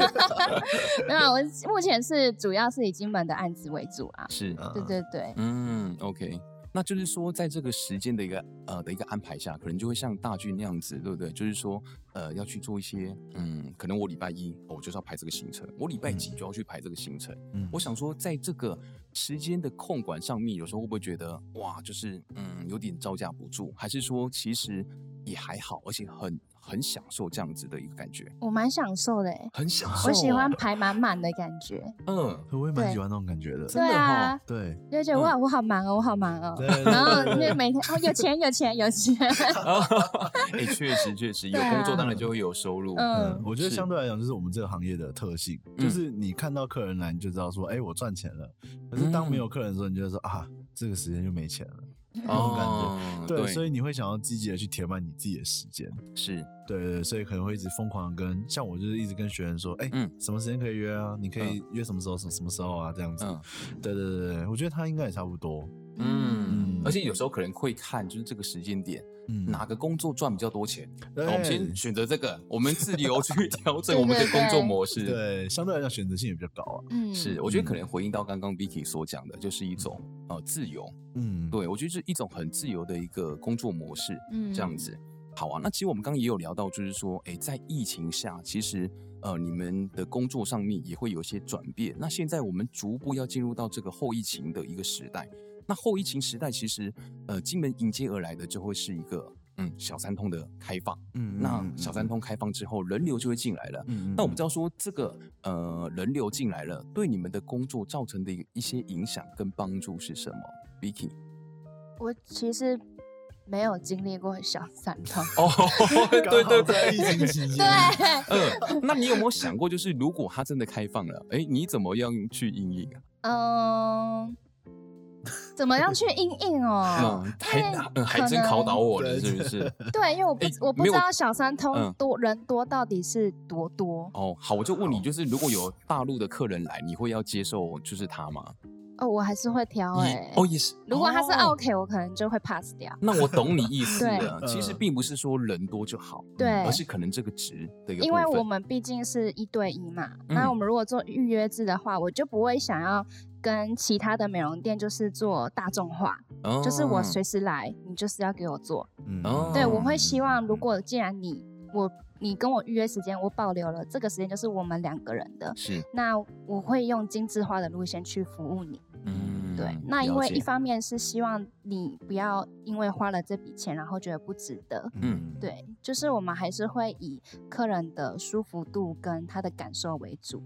[SPEAKER 3] 没有，啊我目前是主要是以金门的案子为主啊。
[SPEAKER 2] 是，
[SPEAKER 3] 对对对，
[SPEAKER 2] 嗯，OK。那就是说，在这个时间的一个呃的一个安排下，可能就会像大剧那样子，对不对？就是说，呃，要去做一些，嗯，可能我礼拜一、哦我就是要排这个行程，我礼拜几就要去排这个行程。
[SPEAKER 4] 嗯
[SPEAKER 2] 我想说，在这个时间的控管上面，有时候会不会觉得哇，就是嗯，有点招架不住，还是说其实也还好，而且很很享受这样子的一个感觉，
[SPEAKER 3] 我蛮享受的、哎，
[SPEAKER 2] 很享受。
[SPEAKER 3] 我喜欢，排满满的感觉。
[SPEAKER 2] 嗯，
[SPEAKER 4] 我也蛮
[SPEAKER 3] 对
[SPEAKER 4] 喜欢那种感觉的。
[SPEAKER 2] 真的哦嗯
[SPEAKER 3] 对啊，
[SPEAKER 4] 对，
[SPEAKER 3] 就觉得哇，我好忙哦，我好忙哦
[SPEAKER 4] 对对。
[SPEAKER 3] 然后
[SPEAKER 4] 对对
[SPEAKER 3] 就每天哦，有钱有钱有 钱。
[SPEAKER 2] 哎、确实确实，有
[SPEAKER 3] 对啊
[SPEAKER 2] 工作当然就会有收入。
[SPEAKER 3] 嗯
[SPEAKER 4] 嗯，我觉得
[SPEAKER 2] 是
[SPEAKER 4] 相对来讲，就是我们这个行业的特性，
[SPEAKER 2] 嗯
[SPEAKER 4] 就是你看到客人来，你就知道说，哎，我赚钱了。可是当没
[SPEAKER 2] 嗯
[SPEAKER 4] 有客人的时候，你就会说啊，这个时间就没钱了。种感觉
[SPEAKER 2] 哦，
[SPEAKER 4] 对，所
[SPEAKER 2] 以
[SPEAKER 4] 以你会想要积极的去填满你自己的时间。
[SPEAKER 2] 是
[SPEAKER 4] 对对，对所以可能会一直疯狂的跟，像我就是一直跟学员说，哎、
[SPEAKER 2] 嗯
[SPEAKER 4] 什么时间可以约啊？你可以约什么时候？什么什么时候啊？这样子。
[SPEAKER 2] 嗯
[SPEAKER 4] 对对对对，我觉得他应该也差不多。
[SPEAKER 2] 嗯
[SPEAKER 4] 嗯，
[SPEAKER 2] 而且有时候可能会看，就是这个时间点
[SPEAKER 4] 嗯，
[SPEAKER 2] 哪个工作赚比较多钱，
[SPEAKER 4] 对
[SPEAKER 2] 我们先选择这个，我们自 由去调整我们的
[SPEAKER 3] 对对
[SPEAKER 2] 工作
[SPEAKER 3] 对
[SPEAKER 2] 模式。
[SPEAKER 4] 对，相对来讲选择性也比较高啊。
[SPEAKER 1] 嗯，
[SPEAKER 2] 是，我觉得可
[SPEAKER 4] 嗯
[SPEAKER 2] 能回应到刚刚 Vicky 所讲的，就是一种呃自由，
[SPEAKER 4] 嗯，
[SPEAKER 2] 对我觉得是一种很自由的一个工作模式，
[SPEAKER 1] 嗯
[SPEAKER 2] 这样子。好啊，那其实我们刚刚也有聊到，就是说，哎，在疫情下，其实呃你们的工作上面也会有一些转变。那现在我们逐步要进入到这个后疫情的一个时代。那后疫情时代，其实呃金门迎接而来的就会是一个嗯小三通的开放。
[SPEAKER 4] 嗯，嗯
[SPEAKER 2] 那小三，通开放之后，人流就会进来了。
[SPEAKER 4] 嗯嗯嗯
[SPEAKER 2] 那我不知道说这个呃人流进来了，对你们的工作造成的一一些影响跟帮助是什么？Vicky，
[SPEAKER 3] 我其实没有经历过小三通。
[SPEAKER 2] 哦，对对
[SPEAKER 4] 刚好在疫
[SPEAKER 2] 对，
[SPEAKER 4] 情期间，
[SPEAKER 3] 对，
[SPEAKER 2] 嗯，那你有没有想过，就是如果它真的开放了，哎，你怎么样去应应 啊？
[SPEAKER 3] 嗯，怎么样去应应哦？
[SPEAKER 2] 嗯，还
[SPEAKER 3] 哎
[SPEAKER 2] 嗯还
[SPEAKER 3] 可
[SPEAKER 2] 真考倒
[SPEAKER 3] 能
[SPEAKER 2] 我了，
[SPEAKER 4] 啊对
[SPEAKER 2] 是不 是？
[SPEAKER 3] 对，因为我不
[SPEAKER 2] 哎
[SPEAKER 3] 我不
[SPEAKER 2] 没
[SPEAKER 3] 知
[SPEAKER 2] 有
[SPEAKER 3] 道小三
[SPEAKER 2] 嗯
[SPEAKER 3] 通多人多到底是多多
[SPEAKER 2] 哦，好，我就问你，就是如果有大陆的客人来，你会要接受就是他吗？
[SPEAKER 3] 哦，我还是会挑
[SPEAKER 2] 也
[SPEAKER 3] 哎。
[SPEAKER 2] 哦也是，
[SPEAKER 3] 如果他是
[SPEAKER 2] 哦
[SPEAKER 3] OK，我可能就会 pass 掉。
[SPEAKER 2] 那我懂你意思
[SPEAKER 3] 对
[SPEAKER 2] 了。 其实
[SPEAKER 4] 嗯
[SPEAKER 2] 并不是说人多就好，
[SPEAKER 3] 对，
[SPEAKER 2] 而是可能这个值的一个
[SPEAKER 3] 因
[SPEAKER 2] 部
[SPEAKER 3] 为
[SPEAKER 2] 分。
[SPEAKER 3] 我们毕竟是一对一嘛，那
[SPEAKER 2] 嗯
[SPEAKER 3] 我们如果做预约制的话，我就不会想要跟其他的美容店就是做大众化，
[SPEAKER 2] 哦
[SPEAKER 3] 就是我随时来，你就是要给我做。
[SPEAKER 4] 嗯
[SPEAKER 2] 哦
[SPEAKER 3] 对，我会希望，如
[SPEAKER 4] 嗯
[SPEAKER 3] 果既然你我你跟我预约时间，我保留了这个时间，就是我们两个人的。
[SPEAKER 2] 是
[SPEAKER 3] 那我会用精致化的路线去服务你，
[SPEAKER 2] 嗯，
[SPEAKER 3] 对。那因为
[SPEAKER 2] 了解
[SPEAKER 3] 一方面是希望你不要因为花了这笔钱，然后觉得不值得，
[SPEAKER 2] 嗯
[SPEAKER 3] 对，就是我们还是会以客人的舒服度跟他的感受为主。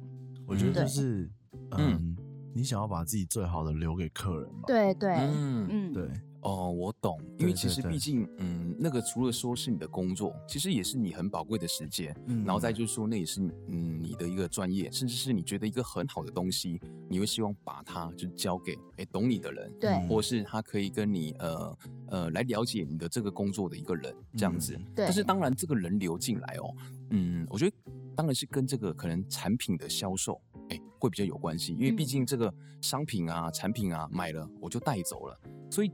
[SPEAKER 4] 我觉得就
[SPEAKER 3] 对
[SPEAKER 4] 是，
[SPEAKER 2] 嗯
[SPEAKER 4] 嗯，你想要把自己最好的留给客人嘛？
[SPEAKER 3] 对对，嗯
[SPEAKER 2] 嗯
[SPEAKER 4] 对，
[SPEAKER 2] 哦，我懂，因为
[SPEAKER 4] 对
[SPEAKER 2] 其
[SPEAKER 4] 对
[SPEAKER 2] 实
[SPEAKER 4] 对
[SPEAKER 2] 毕竟嗯，那个除了说是你的工作，其实也是你很宝贵的时间，
[SPEAKER 4] 嗯
[SPEAKER 2] 然后再就是说那也是你嗯你的一个专业，甚至是你觉得一个很好的东西，你会希望把它就交给哎懂你的人，
[SPEAKER 3] 对
[SPEAKER 2] 或是他可以跟你呃呃来了解你的这个工作的一个人这
[SPEAKER 4] 嗯
[SPEAKER 2] 样子。
[SPEAKER 3] 对
[SPEAKER 2] 但是当然这个人流进来哦，嗯，我觉得当然是跟这个可能产品的销售哎会比较有关系，因为毕
[SPEAKER 3] 嗯
[SPEAKER 2] 竟这个商品啊、产品啊买了我就带走了，所以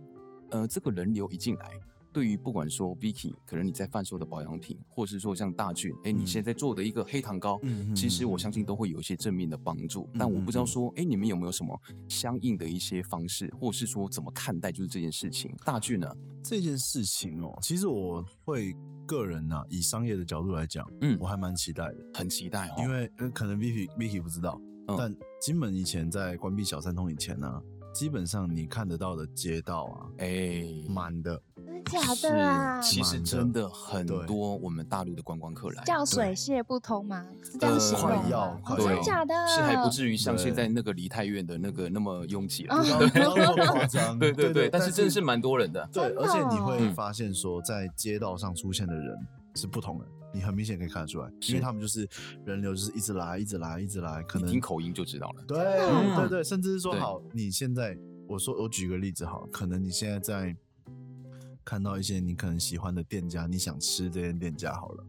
[SPEAKER 2] 呃这个人流一进来。对于不管说 Vicky，可能你在贩售的保养品，或是说像大俊，哎，你
[SPEAKER 4] 嗯
[SPEAKER 2] 现在做的一个黑糖膏，
[SPEAKER 4] 嗯
[SPEAKER 2] 其实我相信都会有一些正面的帮助，但我不知道说，哎、你们有没有什么相应的一些方式，或是说怎么看待就是这件事情？大剧呢？
[SPEAKER 4] 这件事情哦，其实我会个人呐、以商业的角度来讲，
[SPEAKER 2] 嗯
[SPEAKER 4] 我还蛮期待的，
[SPEAKER 2] 很期待哦，
[SPEAKER 4] 因为、呃可能 Vicky Vicky 不知道，
[SPEAKER 2] 嗯
[SPEAKER 4] 但金门以前在关闭小三通以前呢、基本上你看得到的街道啊，
[SPEAKER 2] 哎，
[SPEAKER 4] 满 的，
[SPEAKER 3] 真的假的啊？
[SPEAKER 2] 是其实
[SPEAKER 4] 满的
[SPEAKER 2] 真的很
[SPEAKER 4] 对
[SPEAKER 2] 多我们大陆的观光客来，
[SPEAKER 3] 叫水泄不通吗？是这
[SPEAKER 2] 呃
[SPEAKER 3] 样形
[SPEAKER 2] 快
[SPEAKER 3] 容
[SPEAKER 4] 要
[SPEAKER 3] 吗？
[SPEAKER 4] 快
[SPEAKER 3] 哦真
[SPEAKER 2] 要
[SPEAKER 3] 的假的？
[SPEAKER 2] 是还不至于像
[SPEAKER 4] 对
[SPEAKER 2] 现在那个梨泰院的那个那么拥挤了
[SPEAKER 3] 哦，
[SPEAKER 4] 不要那么夸张，
[SPEAKER 2] 嗯对对对，但是真的是蛮多人的，
[SPEAKER 4] 对，
[SPEAKER 3] 真的
[SPEAKER 4] 而且你
[SPEAKER 3] 哦
[SPEAKER 4] 会
[SPEAKER 2] 嗯
[SPEAKER 4] 发现说，在街道上出现的人是不同人，你很明显可以看得出来，
[SPEAKER 2] 是
[SPEAKER 4] 因为他们就是人流就是一直来，一直来，一直来，可
[SPEAKER 2] 你
[SPEAKER 4] 能
[SPEAKER 2] 听口音就知道了。
[SPEAKER 4] 对
[SPEAKER 2] 嗯
[SPEAKER 4] 对对，甚至是说
[SPEAKER 2] 对
[SPEAKER 4] 好，你现在我说我举个例子好，可能你现在在看到一些你可能喜欢的店家，你想吃这些店家好了，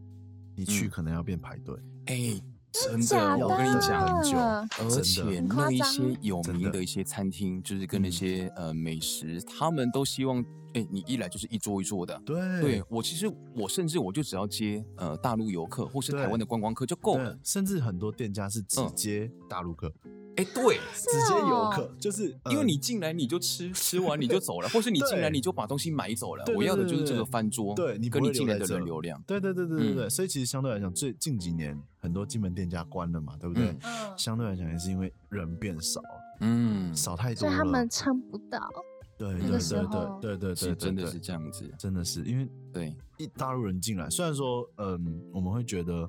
[SPEAKER 4] 你去
[SPEAKER 2] 嗯
[SPEAKER 4] 可能要变排队，
[SPEAKER 2] 哎，真
[SPEAKER 3] 假
[SPEAKER 2] 的，
[SPEAKER 3] 的
[SPEAKER 2] 我跟你讲，
[SPEAKER 4] 很久，
[SPEAKER 2] 而且
[SPEAKER 4] 真的
[SPEAKER 2] 那一些有
[SPEAKER 4] 真
[SPEAKER 2] 名
[SPEAKER 4] 的
[SPEAKER 2] 的一些餐厅，就是跟那
[SPEAKER 4] 嗯
[SPEAKER 2] 些呃美食，他们都希望，哎，你一来就是一桌一桌的。
[SPEAKER 4] 对
[SPEAKER 2] 对我其实我甚至我就只要接呃大陆游客或是
[SPEAKER 4] 对
[SPEAKER 2] 台湾的观光客就够
[SPEAKER 4] 对
[SPEAKER 2] 了。
[SPEAKER 4] 甚至很多店家是直
[SPEAKER 2] 嗯
[SPEAKER 4] 接大陆客，
[SPEAKER 2] 哎，对，
[SPEAKER 4] 直接游
[SPEAKER 3] 哦
[SPEAKER 4] 客，就是
[SPEAKER 2] 因为
[SPEAKER 4] 呃
[SPEAKER 2] 你进来你就吃，吃完你就走了，或是你进来
[SPEAKER 4] 对
[SPEAKER 2] 你就把东西买走了。
[SPEAKER 4] 对对
[SPEAKER 2] 我要的就是这
[SPEAKER 4] 对
[SPEAKER 2] 个
[SPEAKER 4] 对
[SPEAKER 2] 翻桌，
[SPEAKER 4] 对你不
[SPEAKER 2] 跟你
[SPEAKER 4] 会
[SPEAKER 2] 进
[SPEAKER 4] 留
[SPEAKER 2] 来
[SPEAKER 4] 在
[SPEAKER 2] 的
[SPEAKER 4] 这
[SPEAKER 2] 人流量。
[SPEAKER 4] 对对对对对对，
[SPEAKER 2] 嗯
[SPEAKER 4] 所以其实相对来讲，最近几年很多金门店家关了嘛，对不对？
[SPEAKER 2] 嗯
[SPEAKER 3] 嗯
[SPEAKER 4] 相对来讲也是因为人变少了，
[SPEAKER 2] 嗯，
[SPEAKER 4] 少太多
[SPEAKER 3] 所以
[SPEAKER 4] 了，
[SPEAKER 3] 他们撑不到。
[SPEAKER 4] 对对
[SPEAKER 2] 那
[SPEAKER 4] 对
[SPEAKER 2] 时
[SPEAKER 4] 对
[SPEAKER 3] 候
[SPEAKER 4] 对对对
[SPEAKER 2] 是
[SPEAKER 4] 对，
[SPEAKER 2] 真的
[SPEAKER 4] 对
[SPEAKER 2] 是这样子。
[SPEAKER 4] 真的是因为
[SPEAKER 2] 对，
[SPEAKER 4] 一大陆人进来，虽然说嗯，我们会觉得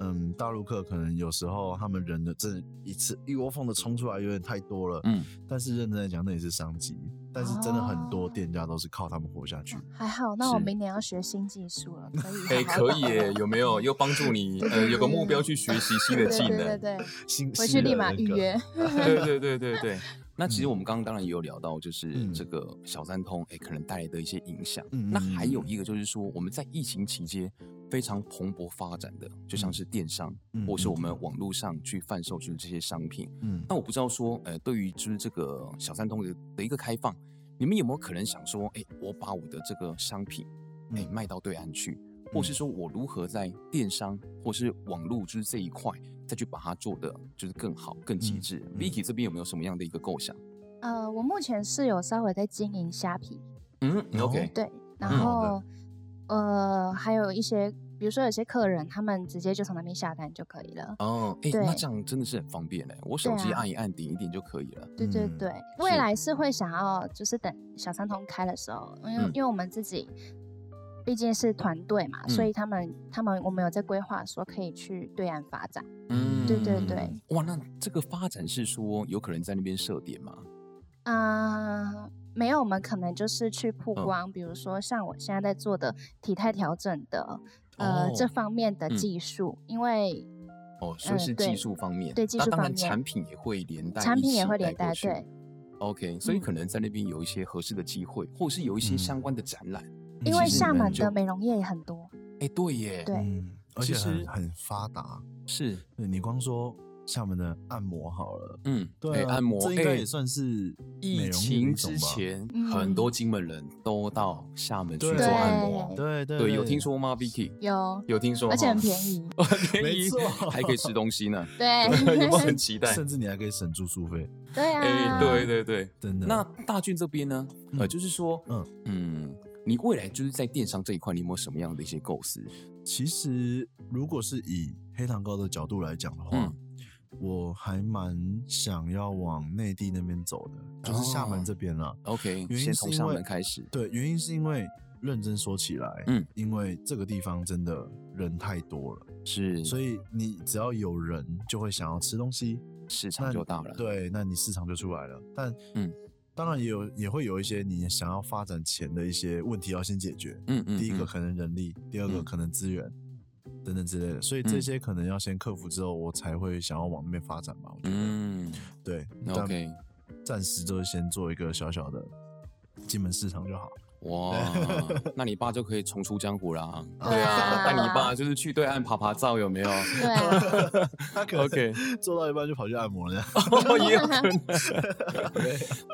[SPEAKER 4] 嗯，大陆客可能有时候他们人的这一次一窝蜂的冲出来有点太多了，
[SPEAKER 2] 嗯，
[SPEAKER 4] 但是认真来讲那也是商机，但是真的很多
[SPEAKER 3] 哦嗯
[SPEAKER 4] 店家都是靠他们活下去。
[SPEAKER 3] 还好，那我
[SPEAKER 2] 是
[SPEAKER 3] 明年要学新技术了，可以。
[SPEAKER 2] 哎，可以耶，有没有又帮助你呃有个目标去学习新的技
[SPEAKER 3] 对对
[SPEAKER 2] 能
[SPEAKER 3] 对？对，
[SPEAKER 4] 新
[SPEAKER 3] 回
[SPEAKER 4] 新
[SPEAKER 3] 去
[SPEAKER 4] 的
[SPEAKER 3] 立马
[SPEAKER 4] 那
[SPEAKER 3] 预
[SPEAKER 4] 个
[SPEAKER 3] 约。
[SPEAKER 2] 对对对对对。那其实
[SPEAKER 4] 嗯
[SPEAKER 2] 我们刚刚当然也有聊到，就是
[SPEAKER 4] 嗯
[SPEAKER 2] 这个小三通哎可能带来的一些影响。
[SPEAKER 4] 嗯
[SPEAKER 2] 那还有
[SPEAKER 4] 嗯
[SPEAKER 2] 一个就是说，我们在疫情期间非常蓬勃发展的，就像是电商
[SPEAKER 4] 嗯
[SPEAKER 2] 或是我
[SPEAKER 4] 嗯
[SPEAKER 2] 们网络上去贩售就是这些商品。
[SPEAKER 4] 嗯
[SPEAKER 2] 那我不知道说，呃，对于就是这个小三通的的一个开放，你们有没有可能想说，哎，我把我的这个商品，哎，
[SPEAKER 4] 嗯
[SPEAKER 2] 卖到对岸去，或是
[SPEAKER 4] 嗯
[SPEAKER 2] 说我如何在电商或是网络就是这一块，再去把它做的就是更好、更极
[SPEAKER 4] 嗯
[SPEAKER 2] 致。
[SPEAKER 4] 嗯
[SPEAKER 2] Vicky 这边有没有什么样的一个构想？
[SPEAKER 3] 呃，我目前是有稍微在经营虾皮，
[SPEAKER 2] 嗯
[SPEAKER 4] 哦
[SPEAKER 2] ，OK，
[SPEAKER 3] 对，然
[SPEAKER 2] 嗯
[SPEAKER 4] 好的
[SPEAKER 3] 后、呃，还有一些，比如说有些客人，他们直接就从那边下单就可以了。
[SPEAKER 2] 哦，哎，那
[SPEAKER 3] 对
[SPEAKER 2] 这样真的是很方便嘞，欸我手
[SPEAKER 3] 对
[SPEAKER 2] 机
[SPEAKER 3] 啊
[SPEAKER 2] 按一按，点一点就可以了。
[SPEAKER 3] 对对
[SPEAKER 4] 嗯
[SPEAKER 3] 对，未
[SPEAKER 2] 是
[SPEAKER 3] 来是会想要就是等小三通开的时候，因为、
[SPEAKER 2] 嗯
[SPEAKER 3] 因为我们自己毕竟是团队嘛，所
[SPEAKER 2] 嗯
[SPEAKER 3] 以他们他们我们有在规划说可以去对岸发展。
[SPEAKER 2] 嗯，
[SPEAKER 3] 对对对。
[SPEAKER 2] 哇，那这个发展是说有可能在那边设点吗？
[SPEAKER 3] 啊、没有，我们可能就是去曝
[SPEAKER 2] 嗯
[SPEAKER 3] 光，比如说像我现在在做的体态调整的，呃，这
[SPEAKER 2] 哦
[SPEAKER 3] 方面的
[SPEAKER 2] 嗯
[SPEAKER 3] 技术，因为
[SPEAKER 2] 哦，所以
[SPEAKER 3] 嗯
[SPEAKER 2] 是技
[SPEAKER 3] 对
[SPEAKER 2] 术方面，
[SPEAKER 3] 对技
[SPEAKER 2] 那
[SPEAKER 3] 术
[SPEAKER 2] 当
[SPEAKER 3] 方
[SPEAKER 2] 然
[SPEAKER 3] 面
[SPEAKER 2] 产品也会连带，
[SPEAKER 3] 产品也会连带，对。
[SPEAKER 2] OK，所以
[SPEAKER 3] 嗯
[SPEAKER 2] 可能在那边有一些合适的机会，或是有一些相
[SPEAKER 4] 嗯
[SPEAKER 2] 关的展览。
[SPEAKER 3] 因为
[SPEAKER 2] 其实
[SPEAKER 3] 厦
[SPEAKER 2] 人
[SPEAKER 3] 门
[SPEAKER 2] 就
[SPEAKER 3] 的美容业也很多，
[SPEAKER 2] 哎，对耶，
[SPEAKER 3] 对
[SPEAKER 4] 嗯，而
[SPEAKER 2] 其
[SPEAKER 4] 且
[SPEAKER 2] 实
[SPEAKER 4] 很很发达。
[SPEAKER 2] 是，
[SPEAKER 4] 对你光说厦门的按摩好了，
[SPEAKER 2] 嗯，
[SPEAKER 4] 对
[SPEAKER 2] 哎
[SPEAKER 4] 啊
[SPEAKER 2] 按摩，
[SPEAKER 4] 这应该
[SPEAKER 2] 哎
[SPEAKER 4] 也算是
[SPEAKER 2] 疫
[SPEAKER 4] 美容业的
[SPEAKER 2] 情
[SPEAKER 4] 一种
[SPEAKER 2] 之
[SPEAKER 4] 吧
[SPEAKER 2] 前，
[SPEAKER 3] 嗯
[SPEAKER 2] 很多金门人都到厦门去
[SPEAKER 4] 对
[SPEAKER 2] 做按摩。啊
[SPEAKER 4] 对对
[SPEAKER 2] 对，有听说 吗，Vicky？
[SPEAKER 3] 有，
[SPEAKER 2] 有听说，
[SPEAKER 3] 而且很便，宜， 啊
[SPEAKER 2] 便
[SPEAKER 4] 没
[SPEAKER 2] 宜
[SPEAKER 4] 错，
[SPEAKER 2] 还可以吃 东西呢。
[SPEAKER 3] 对
[SPEAKER 2] 有没有很期待？
[SPEAKER 4] 甚至你还可以省住宿费，
[SPEAKER 3] 对
[SPEAKER 2] 哎，
[SPEAKER 3] 啊，
[SPEAKER 2] 对对对。
[SPEAKER 4] 真的。
[SPEAKER 2] 那大俊这边呢？呃，
[SPEAKER 4] 嗯
[SPEAKER 2] 就是说，嗯
[SPEAKER 4] 嗯
[SPEAKER 2] 嗯，你未来就是在电商这一块，你有没有什么样的一些构思？
[SPEAKER 4] 其实如果是以黑糖糕的角度来讲的话，
[SPEAKER 2] 嗯
[SPEAKER 4] 我还蛮想要往内地那边走的，就是厦
[SPEAKER 2] 哦
[SPEAKER 4] 门这边啦。
[SPEAKER 2] OK，
[SPEAKER 4] 原因
[SPEAKER 2] 先从
[SPEAKER 4] 是因
[SPEAKER 2] 厦
[SPEAKER 4] 为
[SPEAKER 2] 门开始。
[SPEAKER 4] 对，原因是因为认真说起来，
[SPEAKER 2] 嗯，
[SPEAKER 4] 因为这个地方真的人太多了，
[SPEAKER 2] 是，
[SPEAKER 4] 所
[SPEAKER 2] 以
[SPEAKER 4] 以你只要有人就会想要吃东西，
[SPEAKER 2] 市场
[SPEAKER 4] 那
[SPEAKER 2] 就大了。，
[SPEAKER 4] 对，那你市场就出来了。但
[SPEAKER 2] 嗯，
[SPEAKER 4] 当然也有也会有一些你想要发展前的一些问题要先解决。
[SPEAKER 2] 嗯嗯，
[SPEAKER 4] 第一个
[SPEAKER 2] 嗯
[SPEAKER 4] 可能人力，第二个
[SPEAKER 2] 嗯
[SPEAKER 4] 可能资源。等等之类的，所以
[SPEAKER 2] 嗯
[SPEAKER 4] 这些可能要先克服之后，我才会想要往那边发展吧。我觉得，
[SPEAKER 2] 嗯
[SPEAKER 4] 对但
[SPEAKER 2] ，OK，
[SPEAKER 4] 暂时就是先做一个小小的金门市场就 好。
[SPEAKER 2] 哇， 那你爸就可以重出江湖啦。
[SPEAKER 4] 对
[SPEAKER 2] 对啊，
[SPEAKER 3] 啊
[SPEAKER 2] 带你爸就是去对岸爬爬照，有 没有
[SPEAKER 3] 对啊，
[SPEAKER 4] 他可能
[SPEAKER 2] ？OK，哦
[SPEAKER 4] 做到一半就跑去按摩了。
[SPEAKER 2] 也有可 能。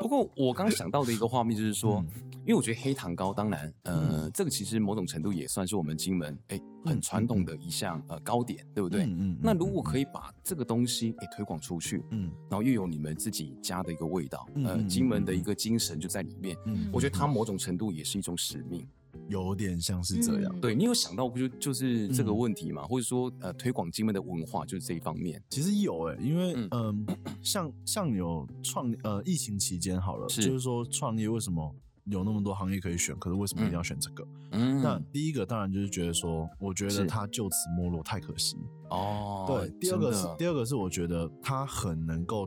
[SPEAKER 2] 不过我刚想到的一个画面就是
[SPEAKER 4] 嗯
[SPEAKER 2] 说，因为我觉得黑糖糕，当然，呃，这个其实某种程度也算是我们金门哎很
[SPEAKER 4] 嗯
[SPEAKER 2] 传
[SPEAKER 4] 嗯
[SPEAKER 2] 统
[SPEAKER 4] 嗯
[SPEAKER 2] 的一项呃糕点，对不对？
[SPEAKER 4] 嗯
[SPEAKER 2] 那如果可
[SPEAKER 4] 以，
[SPEAKER 2] 以把这个东西哎推广出去，
[SPEAKER 4] 嗯
[SPEAKER 2] 然后又有你们自己家的一个味道，
[SPEAKER 4] 嗯
[SPEAKER 2] 呃，
[SPEAKER 4] 嗯
[SPEAKER 2] 金门的
[SPEAKER 4] 嗯
[SPEAKER 2] 一个精神就在里面。
[SPEAKER 4] 嗯
[SPEAKER 2] 我觉得它某种程度也是一种使命。
[SPEAKER 4] 有点像是这样。
[SPEAKER 3] 嗯
[SPEAKER 2] 对你有想到不就就是这个
[SPEAKER 4] 嗯
[SPEAKER 2] 问题吗？或者说呃，推广金门的文化就是这一方面。
[SPEAKER 4] 其实有诶、因为
[SPEAKER 2] 嗯
[SPEAKER 4] 嗯、像像有创呃疫情期间好了，
[SPEAKER 2] 是
[SPEAKER 4] 就是说创业为什么有那么多行业可以选，可是为什么一定要选这个？
[SPEAKER 2] 嗯
[SPEAKER 4] 那第一个当然就是觉得说，我觉
[SPEAKER 2] 是
[SPEAKER 4] 得它就此没落太可惜。
[SPEAKER 2] 哦，
[SPEAKER 4] 对，第二
[SPEAKER 2] 真
[SPEAKER 4] 个
[SPEAKER 2] 的
[SPEAKER 4] 是第二个是我觉得它很能够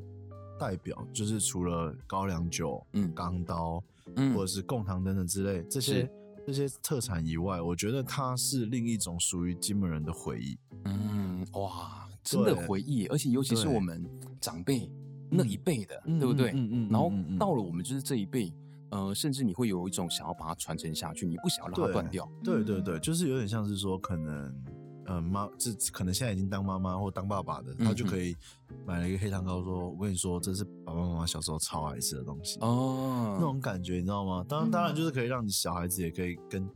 [SPEAKER 4] 代表，就是除了高粱酒、
[SPEAKER 2] 嗯
[SPEAKER 4] 钢刀、
[SPEAKER 2] 嗯
[SPEAKER 4] 或者是贡糖等等之类这些
[SPEAKER 2] 是。
[SPEAKER 4] 这些特产以外，我觉得它是另一种属于金门人的回忆。
[SPEAKER 2] 嗯，哇，真的回忆，而且尤其是我们长辈那一辈的，对不对？
[SPEAKER 4] 嗯嗯嗯
[SPEAKER 2] 然后
[SPEAKER 4] 嗯嗯
[SPEAKER 2] 到了我们就是这一辈，呃，甚至你会有一种想要把它传承下去，你不想要让它
[SPEAKER 4] 对
[SPEAKER 2] 断掉。
[SPEAKER 4] 对对
[SPEAKER 2] 嗯
[SPEAKER 4] 对，就是有点像是说，可能呃妈，这可能现在已经当妈妈或当爸爸的，他
[SPEAKER 2] 嗯
[SPEAKER 4] 就
[SPEAKER 2] 哼
[SPEAKER 4] 可以买了一个黑糖糕，说：“我跟你说，这是爸爸妈妈小时候超爱吃的东西。”那
[SPEAKER 2] 哦，嗯
[SPEAKER 4] 种感觉，你知道吗？当然，当然就是可以让你小孩子也可以跟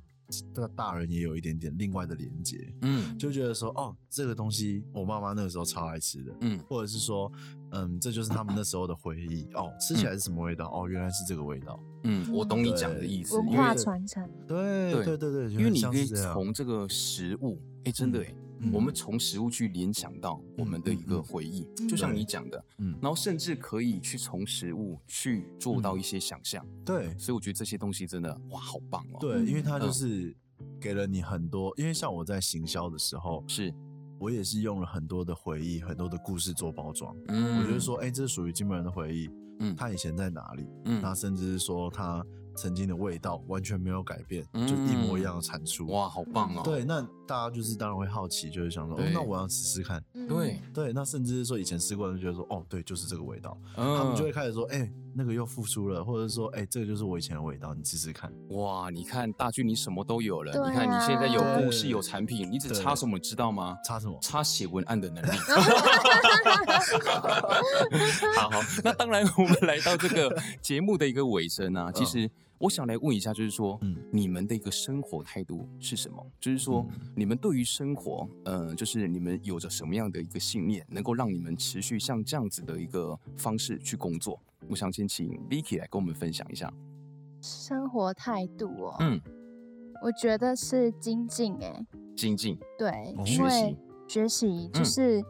[SPEAKER 4] 大大人也有一点点另外的连接，
[SPEAKER 2] 嗯
[SPEAKER 4] 就觉得说：“哦，这个东西我妈妈那个时候超爱吃的。”
[SPEAKER 2] 嗯，
[SPEAKER 4] 或者是说，嗯，这就是他们那时候的回忆哦，吃起来是什么味道？哦，原来是这个味道。
[SPEAKER 2] 嗯，我懂你讲的
[SPEAKER 4] 对
[SPEAKER 2] 意思，
[SPEAKER 5] 文
[SPEAKER 2] 因为
[SPEAKER 5] 化传承，
[SPEAKER 4] 对
[SPEAKER 2] 对
[SPEAKER 4] 对对对，
[SPEAKER 2] 因为
[SPEAKER 4] 很
[SPEAKER 2] 你
[SPEAKER 4] 像
[SPEAKER 2] 可以
[SPEAKER 4] 是这样
[SPEAKER 2] 从这个食物，哎，真的
[SPEAKER 4] 嗯
[SPEAKER 2] 哎，
[SPEAKER 4] 嗯
[SPEAKER 2] 我们从食物去联想到我们的一
[SPEAKER 4] 嗯
[SPEAKER 2] 个
[SPEAKER 4] 嗯
[SPEAKER 2] 回忆，就像你讲的，
[SPEAKER 4] 嗯
[SPEAKER 2] 然后甚至可以去从食物去做到一些想象，
[SPEAKER 4] 对
[SPEAKER 2] 所以我觉得这些东西真的哇，好棒哦。，
[SPEAKER 4] 对，因为它就
[SPEAKER 2] 嗯
[SPEAKER 4] 是给了你很多，因为像我在行销的时候，
[SPEAKER 2] 是，
[SPEAKER 4] 我也是用了很多的回忆、很多的故事做包装。
[SPEAKER 2] 嗯
[SPEAKER 4] 我就是，说，哎，这是属于金门人的回忆，
[SPEAKER 2] 嗯
[SPEAKER 4] 他以前在哪里？那
[SPEAKER 2] 嗯，
[SPEAKER 4] 甚至是说他曾经的味道完全没有改变，就一模一样的产出。
[SPEAKER 2] 哇，好棒哦。
[SPEAKER 4] 对，那大家就是当然会好奇，就是想说，哦
[SPEAKER 2] 对，
[SPEAKER 4] 那我要试试看。
[SPEAKER 5] 嗯
[SPEAKER 2] 对，
[SPEAKER 4] 对，那甚至是说以前吃过的人就觉得说，哦，对，就是这个味道，
[SPEAKER 2] 嗯，
[SPEAKER 4] 他们就会开始说，哎、那个又复苏了，或者是说，哎、这个就是我以前的味道，你试试看。
[SPEAKER 2] 哇，你看大军，你什么都有了，
[SPEAKER 5] 对
[SPEAKER 2] 你看你现
[SPEAKER 5] 啊
[SPEAKER 2] 在有故事，
[SPEAKER 4] 对
[SPEAKER 2] 有产品，你只差
[SPEAKER 4] 对
[SPEAKER 2] 什么，你知道吗？
[SPEAKER 4] 差什么？
[SPEAKER 2] 差写文案的能 力。好好，那当然，我们来到这 个节目的一个尾声啊，其实我想来问一下，就是说，
[SPEAKER 4] 嗯
[SPEAKER 2] 你们的一个生活态度是什么？就是说，
[SPEAKER 4] 嗯
[SPEAKER 2] 你们对于生活，呃，就是你们有着什么样的一个信念，能够让你们持续像这样子的一个方式去工作？我想先请 Vicky 来跟我们分享一下。
[SPEAKER 3] 生活态度哦，
[SPEAKER 2] 嗯，
[SPEAKER 3] 我觉得是精进哎、
[SPEAKER 2] 精进，
[SPEAKER 3] 对，
[SPEAKER 4] 哦
[SPEAKER 3] 因
[SPEAKER 2] 学习
[SPEAKER 3] 为学习
[SPEAKER 2] 嗯
[SPEAKER 3] 就是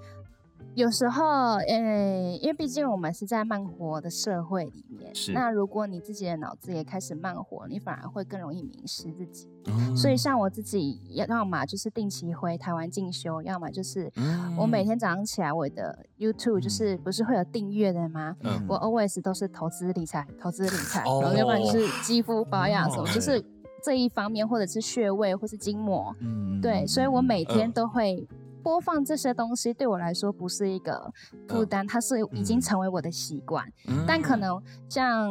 [SPEAKER 3] 有时候，呃，因为毕竟我们是在慢活的社会里面
[SPEAKER 2] 是，
[SPEAKER 3] 那如果你自己的脑子也开始慢活，你反而会更容易迷失自己。
[SPEAKER 2] 嗯
[SPEAKER 3] 所以像我自己，也要么就是定期回台湾进修，要么就是
[SPEAKER 2] 嗯
[SPEAKER 3] 我每天早上起来，我的 YouTube 就是不是会有订阅的吗？
[SPEAKER 2] 嗯
[SPEAKER 3] 我 always 都是投资理财，投资理财，然
[SPEAKER 2] 哦
[SPEAKER 3] 后要不然就是肌肤保养什么，
[SPEAKER 4] 哦
[SPEAKER 3] 就是这一方面，或者是穴位，或是筋膜，
[SPEAKER 4] 嗯
[SPEAKER 3] 对，所以我每天
[SPEAKER 2] 嗯
[SPEAKER 3] 都会播放这些东西，对我来说不是一个负
[SPEAKER 2] 嗯
[SPEAKER 3] 担，它是已
[SPEAKER 4] 嗯
[SPEAKER 3] 经成为我的习惯。
[SPEAKER 2] 嗯
[SPEAKER 3] 但可能像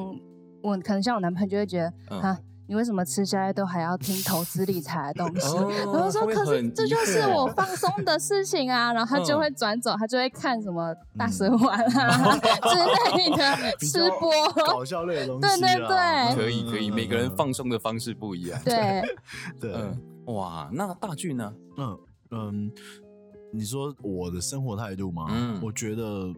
[SPEAKER 3] 我，可能像我男朋友就会觉得
[SPEAKER 2] 嗯
[SPEAKER 3] 啊。你为什么吃宵夜都还要听投资理财的东西？
[SPEAKER 2] 哦
[SPEAKER 3] 然后说，
[SPEAKER 2] 他会
[SPEAKER 3] 可是
[SPEAKER 2] 很
[SPEAKER 3] 这
[SPEAKER 2] 疑
[SPEAKER 3] 就是
[SPEAKER 2] 惑
[SPEAKER 3] 我放松的事情啊。然后他就会转走，他就会看什么大蛇
[SPEAKER 4] 嗯
[SPEAKER 3] 丸啊之类的
[SPEAKER 4] 比
[SPEAKER 3] 吃
[SPEAKER 4] 较
[SPEAKER 3] 播。
[SPEAKER 4] 搞笑类的东西
[SPEAKER 3] 对
[SPEAKER 4] 啦，
[SPEAKER 3] 对对
[SPEAKER 2] 可以可以，
[SPEAKER 4] 嗯
[SPEAKER 2] 每个人放松的方式不一样。
[SPEAKER 3] 对，
[SPEAKER 4] 对，
[SPEAKER 2] 嗯，哇，那大俊呢？
[SPEAKER 4] 嗯嗯，你说我的生活态度吗？
[SPEAKER 2] 嗯
[SPEAKER 4] 我觉得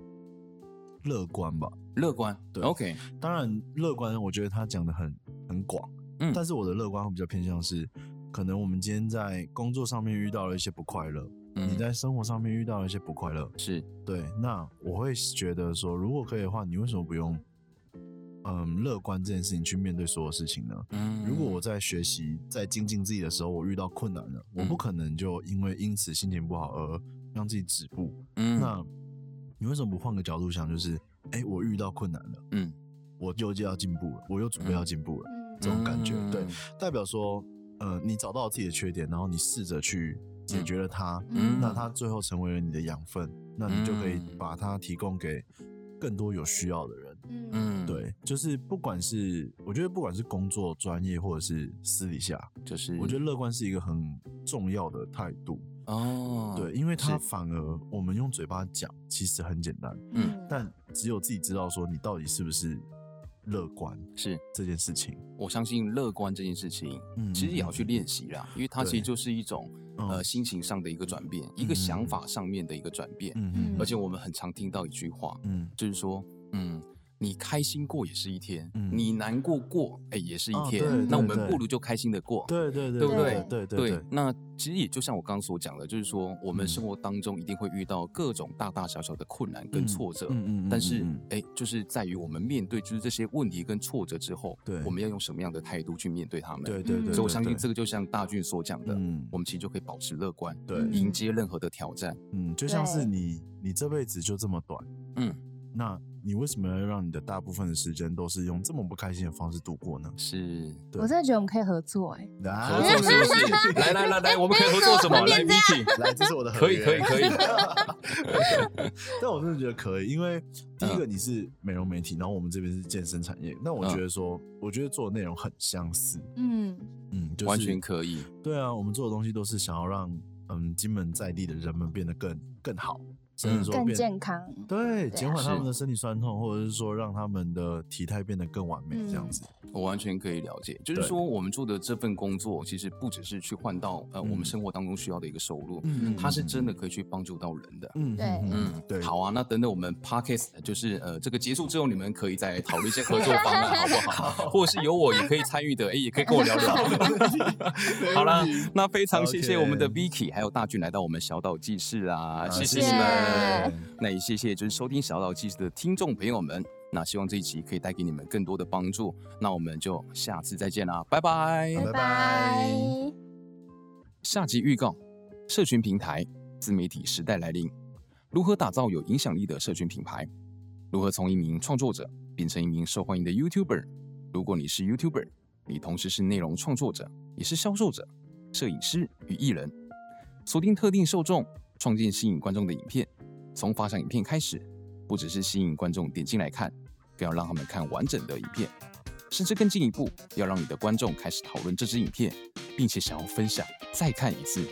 [SPEAKER 4] 乐观吧。
[SPEAKER 2] 乐观，
[SPEAKER 4] 对
[SPEAKER 2] o k
[SPEAKER 4] 当然，乐观，我觉得他讲的很很广，
[SPEAKER 2] 嗯
[SPEAKER 4] 但是我的乐观会比较偏向是，可能我们今天在工作上面遇到了一些不快乐，
[SPEAKER 2] 嗯
[SPEAKER 4] 你在生活上面遇到了一些不快乐，
[SPEAKER 2] 是，
[SPEAKER 4] 对，那我会觉得说，如果可以的话，你为什么不用嗯乐观这件事情去面对所有事情呢？
[SPEAKER 2] 嗯
[SPEAKER 4] 如果我在学习、在精进自己的时候，我遇到困难了，我
[SPEAKER 2] 嗯
[SPEAKER 4] 不可能就因为因此心情不好而让自己止步。
[SPEAKER 2] 嗯
[SPEAKER 4] 那你为什么不换个角度想？就是，哎、我遇到困难了，
[SPEAKER 2] 嗯，
[SPEAKER 4] 我又就要进步了，我又准备要进步了， 这种感觉，对，代表说，呃，你找到自己的缺点，然后你试着去解决了它，
[SPEAKER 2] 嗯
[SPEAKER 4] 那它最后成为了你的养分，那你就可以
[SPEAKER 2] 嗯
[SPEAKER 4] 把它提供给更多有需要的人。
[SPEAKER 5] 嗯
[SPEAKER 2] 嗯，
[SPEAKER 4] 对，就是不管是我觉得不管是工作、专业或者是私底下，
[SPEAKER 2] 就是
[SPEAKER 4] 我觉得乐观是一个很重要的态度。
[SPEAKER 2] 哦，
[SPEAKER 4] 对，，因为它
[SPEAKER 2] 是
[SPEAKER 4] 反而我们用嘴巴讲其实很简单，
[SPEAKER 2] 嗯
[SPEAKER 4] 但只有自己知道说你到底是不是乐观
[SPEAKER 2] 是
[SPEAKER 4] 这件事情。
[SPEAKER 2] 我相信乐观这件事情，
[SPEAKER 4] 嗯
[SPEAKER 2] 其实也要去练习啦，因为它其实
[SPEAKER 4] 对
[SPEAKER 2] 就是一种
[SPEAKER 4] 嗯
[SPEAKER 2] 呃心情上的一个转变，一个想法上面的一个转变，
[SPEAKER 4] 嗯
[SPEAKER 2] 而且我们很常听到一句话，
[SPEAKER 4] 嗯
[SPEAKER 2] 就是说，嗯。你开心过也是一天，
[SPEAKER 4] 嗯
[SPEAKER 2] 你难过过哎、也是一
[SPEAKER 4] 哦
[SPEAKER 2] 天，
[SPEAKER 4] 对
[SPEAKER 2] 那我
[SPEAKER 4] 对
[SPEAKER 2] 们
[SPEAKER 4] 对
[SPEAKER 2] 不如就开心的过，
[SPEAKER 4] 对对对
[SPEAKER 2] 对不
[SPEAKER 4] 对对对
[SPEAKER 2] 对，那其实也就像我刚刚所讲的，就是说我们
[SPEAKER 4] 嗯
[SPEAKER 2] 生活当中一定会遇到各种大大小小的困难跟
[SPEAKER 4] 嗯
[SPEAKER 2] 挫折，
[SPEAKER 4] 嗯嗯嗯
[SPEAKER 2] 但是
[SPEAKER 4] 嗯
[SPEAKER 2] 哎、就是在于我们面对就是这些问题跟挫折之后，
[SPEAKER 4] 对
[SPEAKER 2] 我们要用什么样的态度去面对他们。
[SPEAKER 4] 对对对，
[SPEAKER 2] 所以我相信这
[SPEAKER 4] 个
[SPEAKER 2] 个就像大俊所讲的，
[SPEAKER 4] 嗯
[SPEAKER 2] 我们其实就可以保持乐观，
[SPEAKER 4] 对
[SPEAKER 2] 迎接任何的挑战。
[SPEAKER 4] 嗯，就像是
[SPEAKER 3] 对
[SPEAKER 4] 你你这辈子就这么短，
[SPEAKER 2] 嗯，
[SPEAKER 4] 那你为什么要让你的大部分的时间都是用这么不开心的方式度过呢？
[SPEAKER 2] 是
[SPEAKER 4] 对
[SPEAKER 3] 我真的觉得我们可以合作哎、
[SPEAKER 4] 啊
[SPEAKER 2] 合作是不 是？来来来来，我们可以合作什么？来 meeting，
[SPEAKER 4] 来，这是我的
[SPEAKER 2] 可
[SPEAKER 4] 合
[SPEAKER 2] 以
[SPEAKER 4] 约。
[SPEAKER 2] 可以可以，
[SPEAKER 4] 但我真的觉得可以，因为第一个你是美容媒体，然后我们这边是健身产业，那我觉得说，我觉得做的内容很相似，
[SPEAKER 1] 嗯，
[SPEAKER 4] 嗯，就是
[SPEAKER 2] 完全可以。
[SPEAKER 4] 对啊，我们做的东西都是想要让嗯金门在地的人们变得更更好，甚至说
[SPEAKER 3] 更
[SPEAKER 4] 变
[SPEAKER 3] 健康。
[SPEAKER 4] 对，减缓他
[SPEAKER 2] 是
[SPEAKER 4] 们的身体酸痛，或者是说让他们的体态变得更完美这样子。
[SPEAKER 2] 我完全可以了解，就是
[SPEAKER 4] 对
[SPEAKER 2] 说我们做的这份工作，其实不只是去换到呃、
[SPEAKER 4] 嗯
[SPEAKER 2] 我们生活当中需要的一个收入，
[SPEAKER 4] 嗯
[SPEAKER 2] 它是真的，可以去帮助到人的。
[SPEAKER 4] 嗯
[SPEAKER 3] 对
[SPEAKER 2] 嗯，
[SPEAKER 4] 对，
[SPEAKER 2] 好啊，那等等我们 podcast 就是呃这个结束之后，你们可以再讨论一些合作方案，好不好？或者是有我也可以参与的，哎，也可以跟我聊聊。好啦，那非常谢谢
[SPEAKER 4] OK
[SPEAKER 2] 我们的 Vicky 还有大俊来到我们小岛记事啊，谢
[SPEAKER 4] 谢
[SPEAKER 2] 你
[SPEAKER 1] 谢
[SPEAKER 2] 们。那也谢谢就是收听小岛记事的听众朋友们。那希望这一期可以带给你们更多的帮助。那我们就下次再见啦，拜拜。
[SPEAKER 4] 拜
[SPEAKER 3] 拜拜
[SPEAKER 2] 下集预告：社群平台、自媒体时代来临，如何打造有影响力的社群品牌？如何从一名创作者变成一名受欢迎的 YouTuber？如果你是 YouTuber，你同时是内容创作者，也是销售者、摄影师与艺人，锁定特定受众，创建吸引观众的影片。从发展影片开始，不只是吸引观众点进来看，更要让他们看完整的影片，甚至更进一步，要让你的观众开始讨论这支影片，并且想要分享再看一次。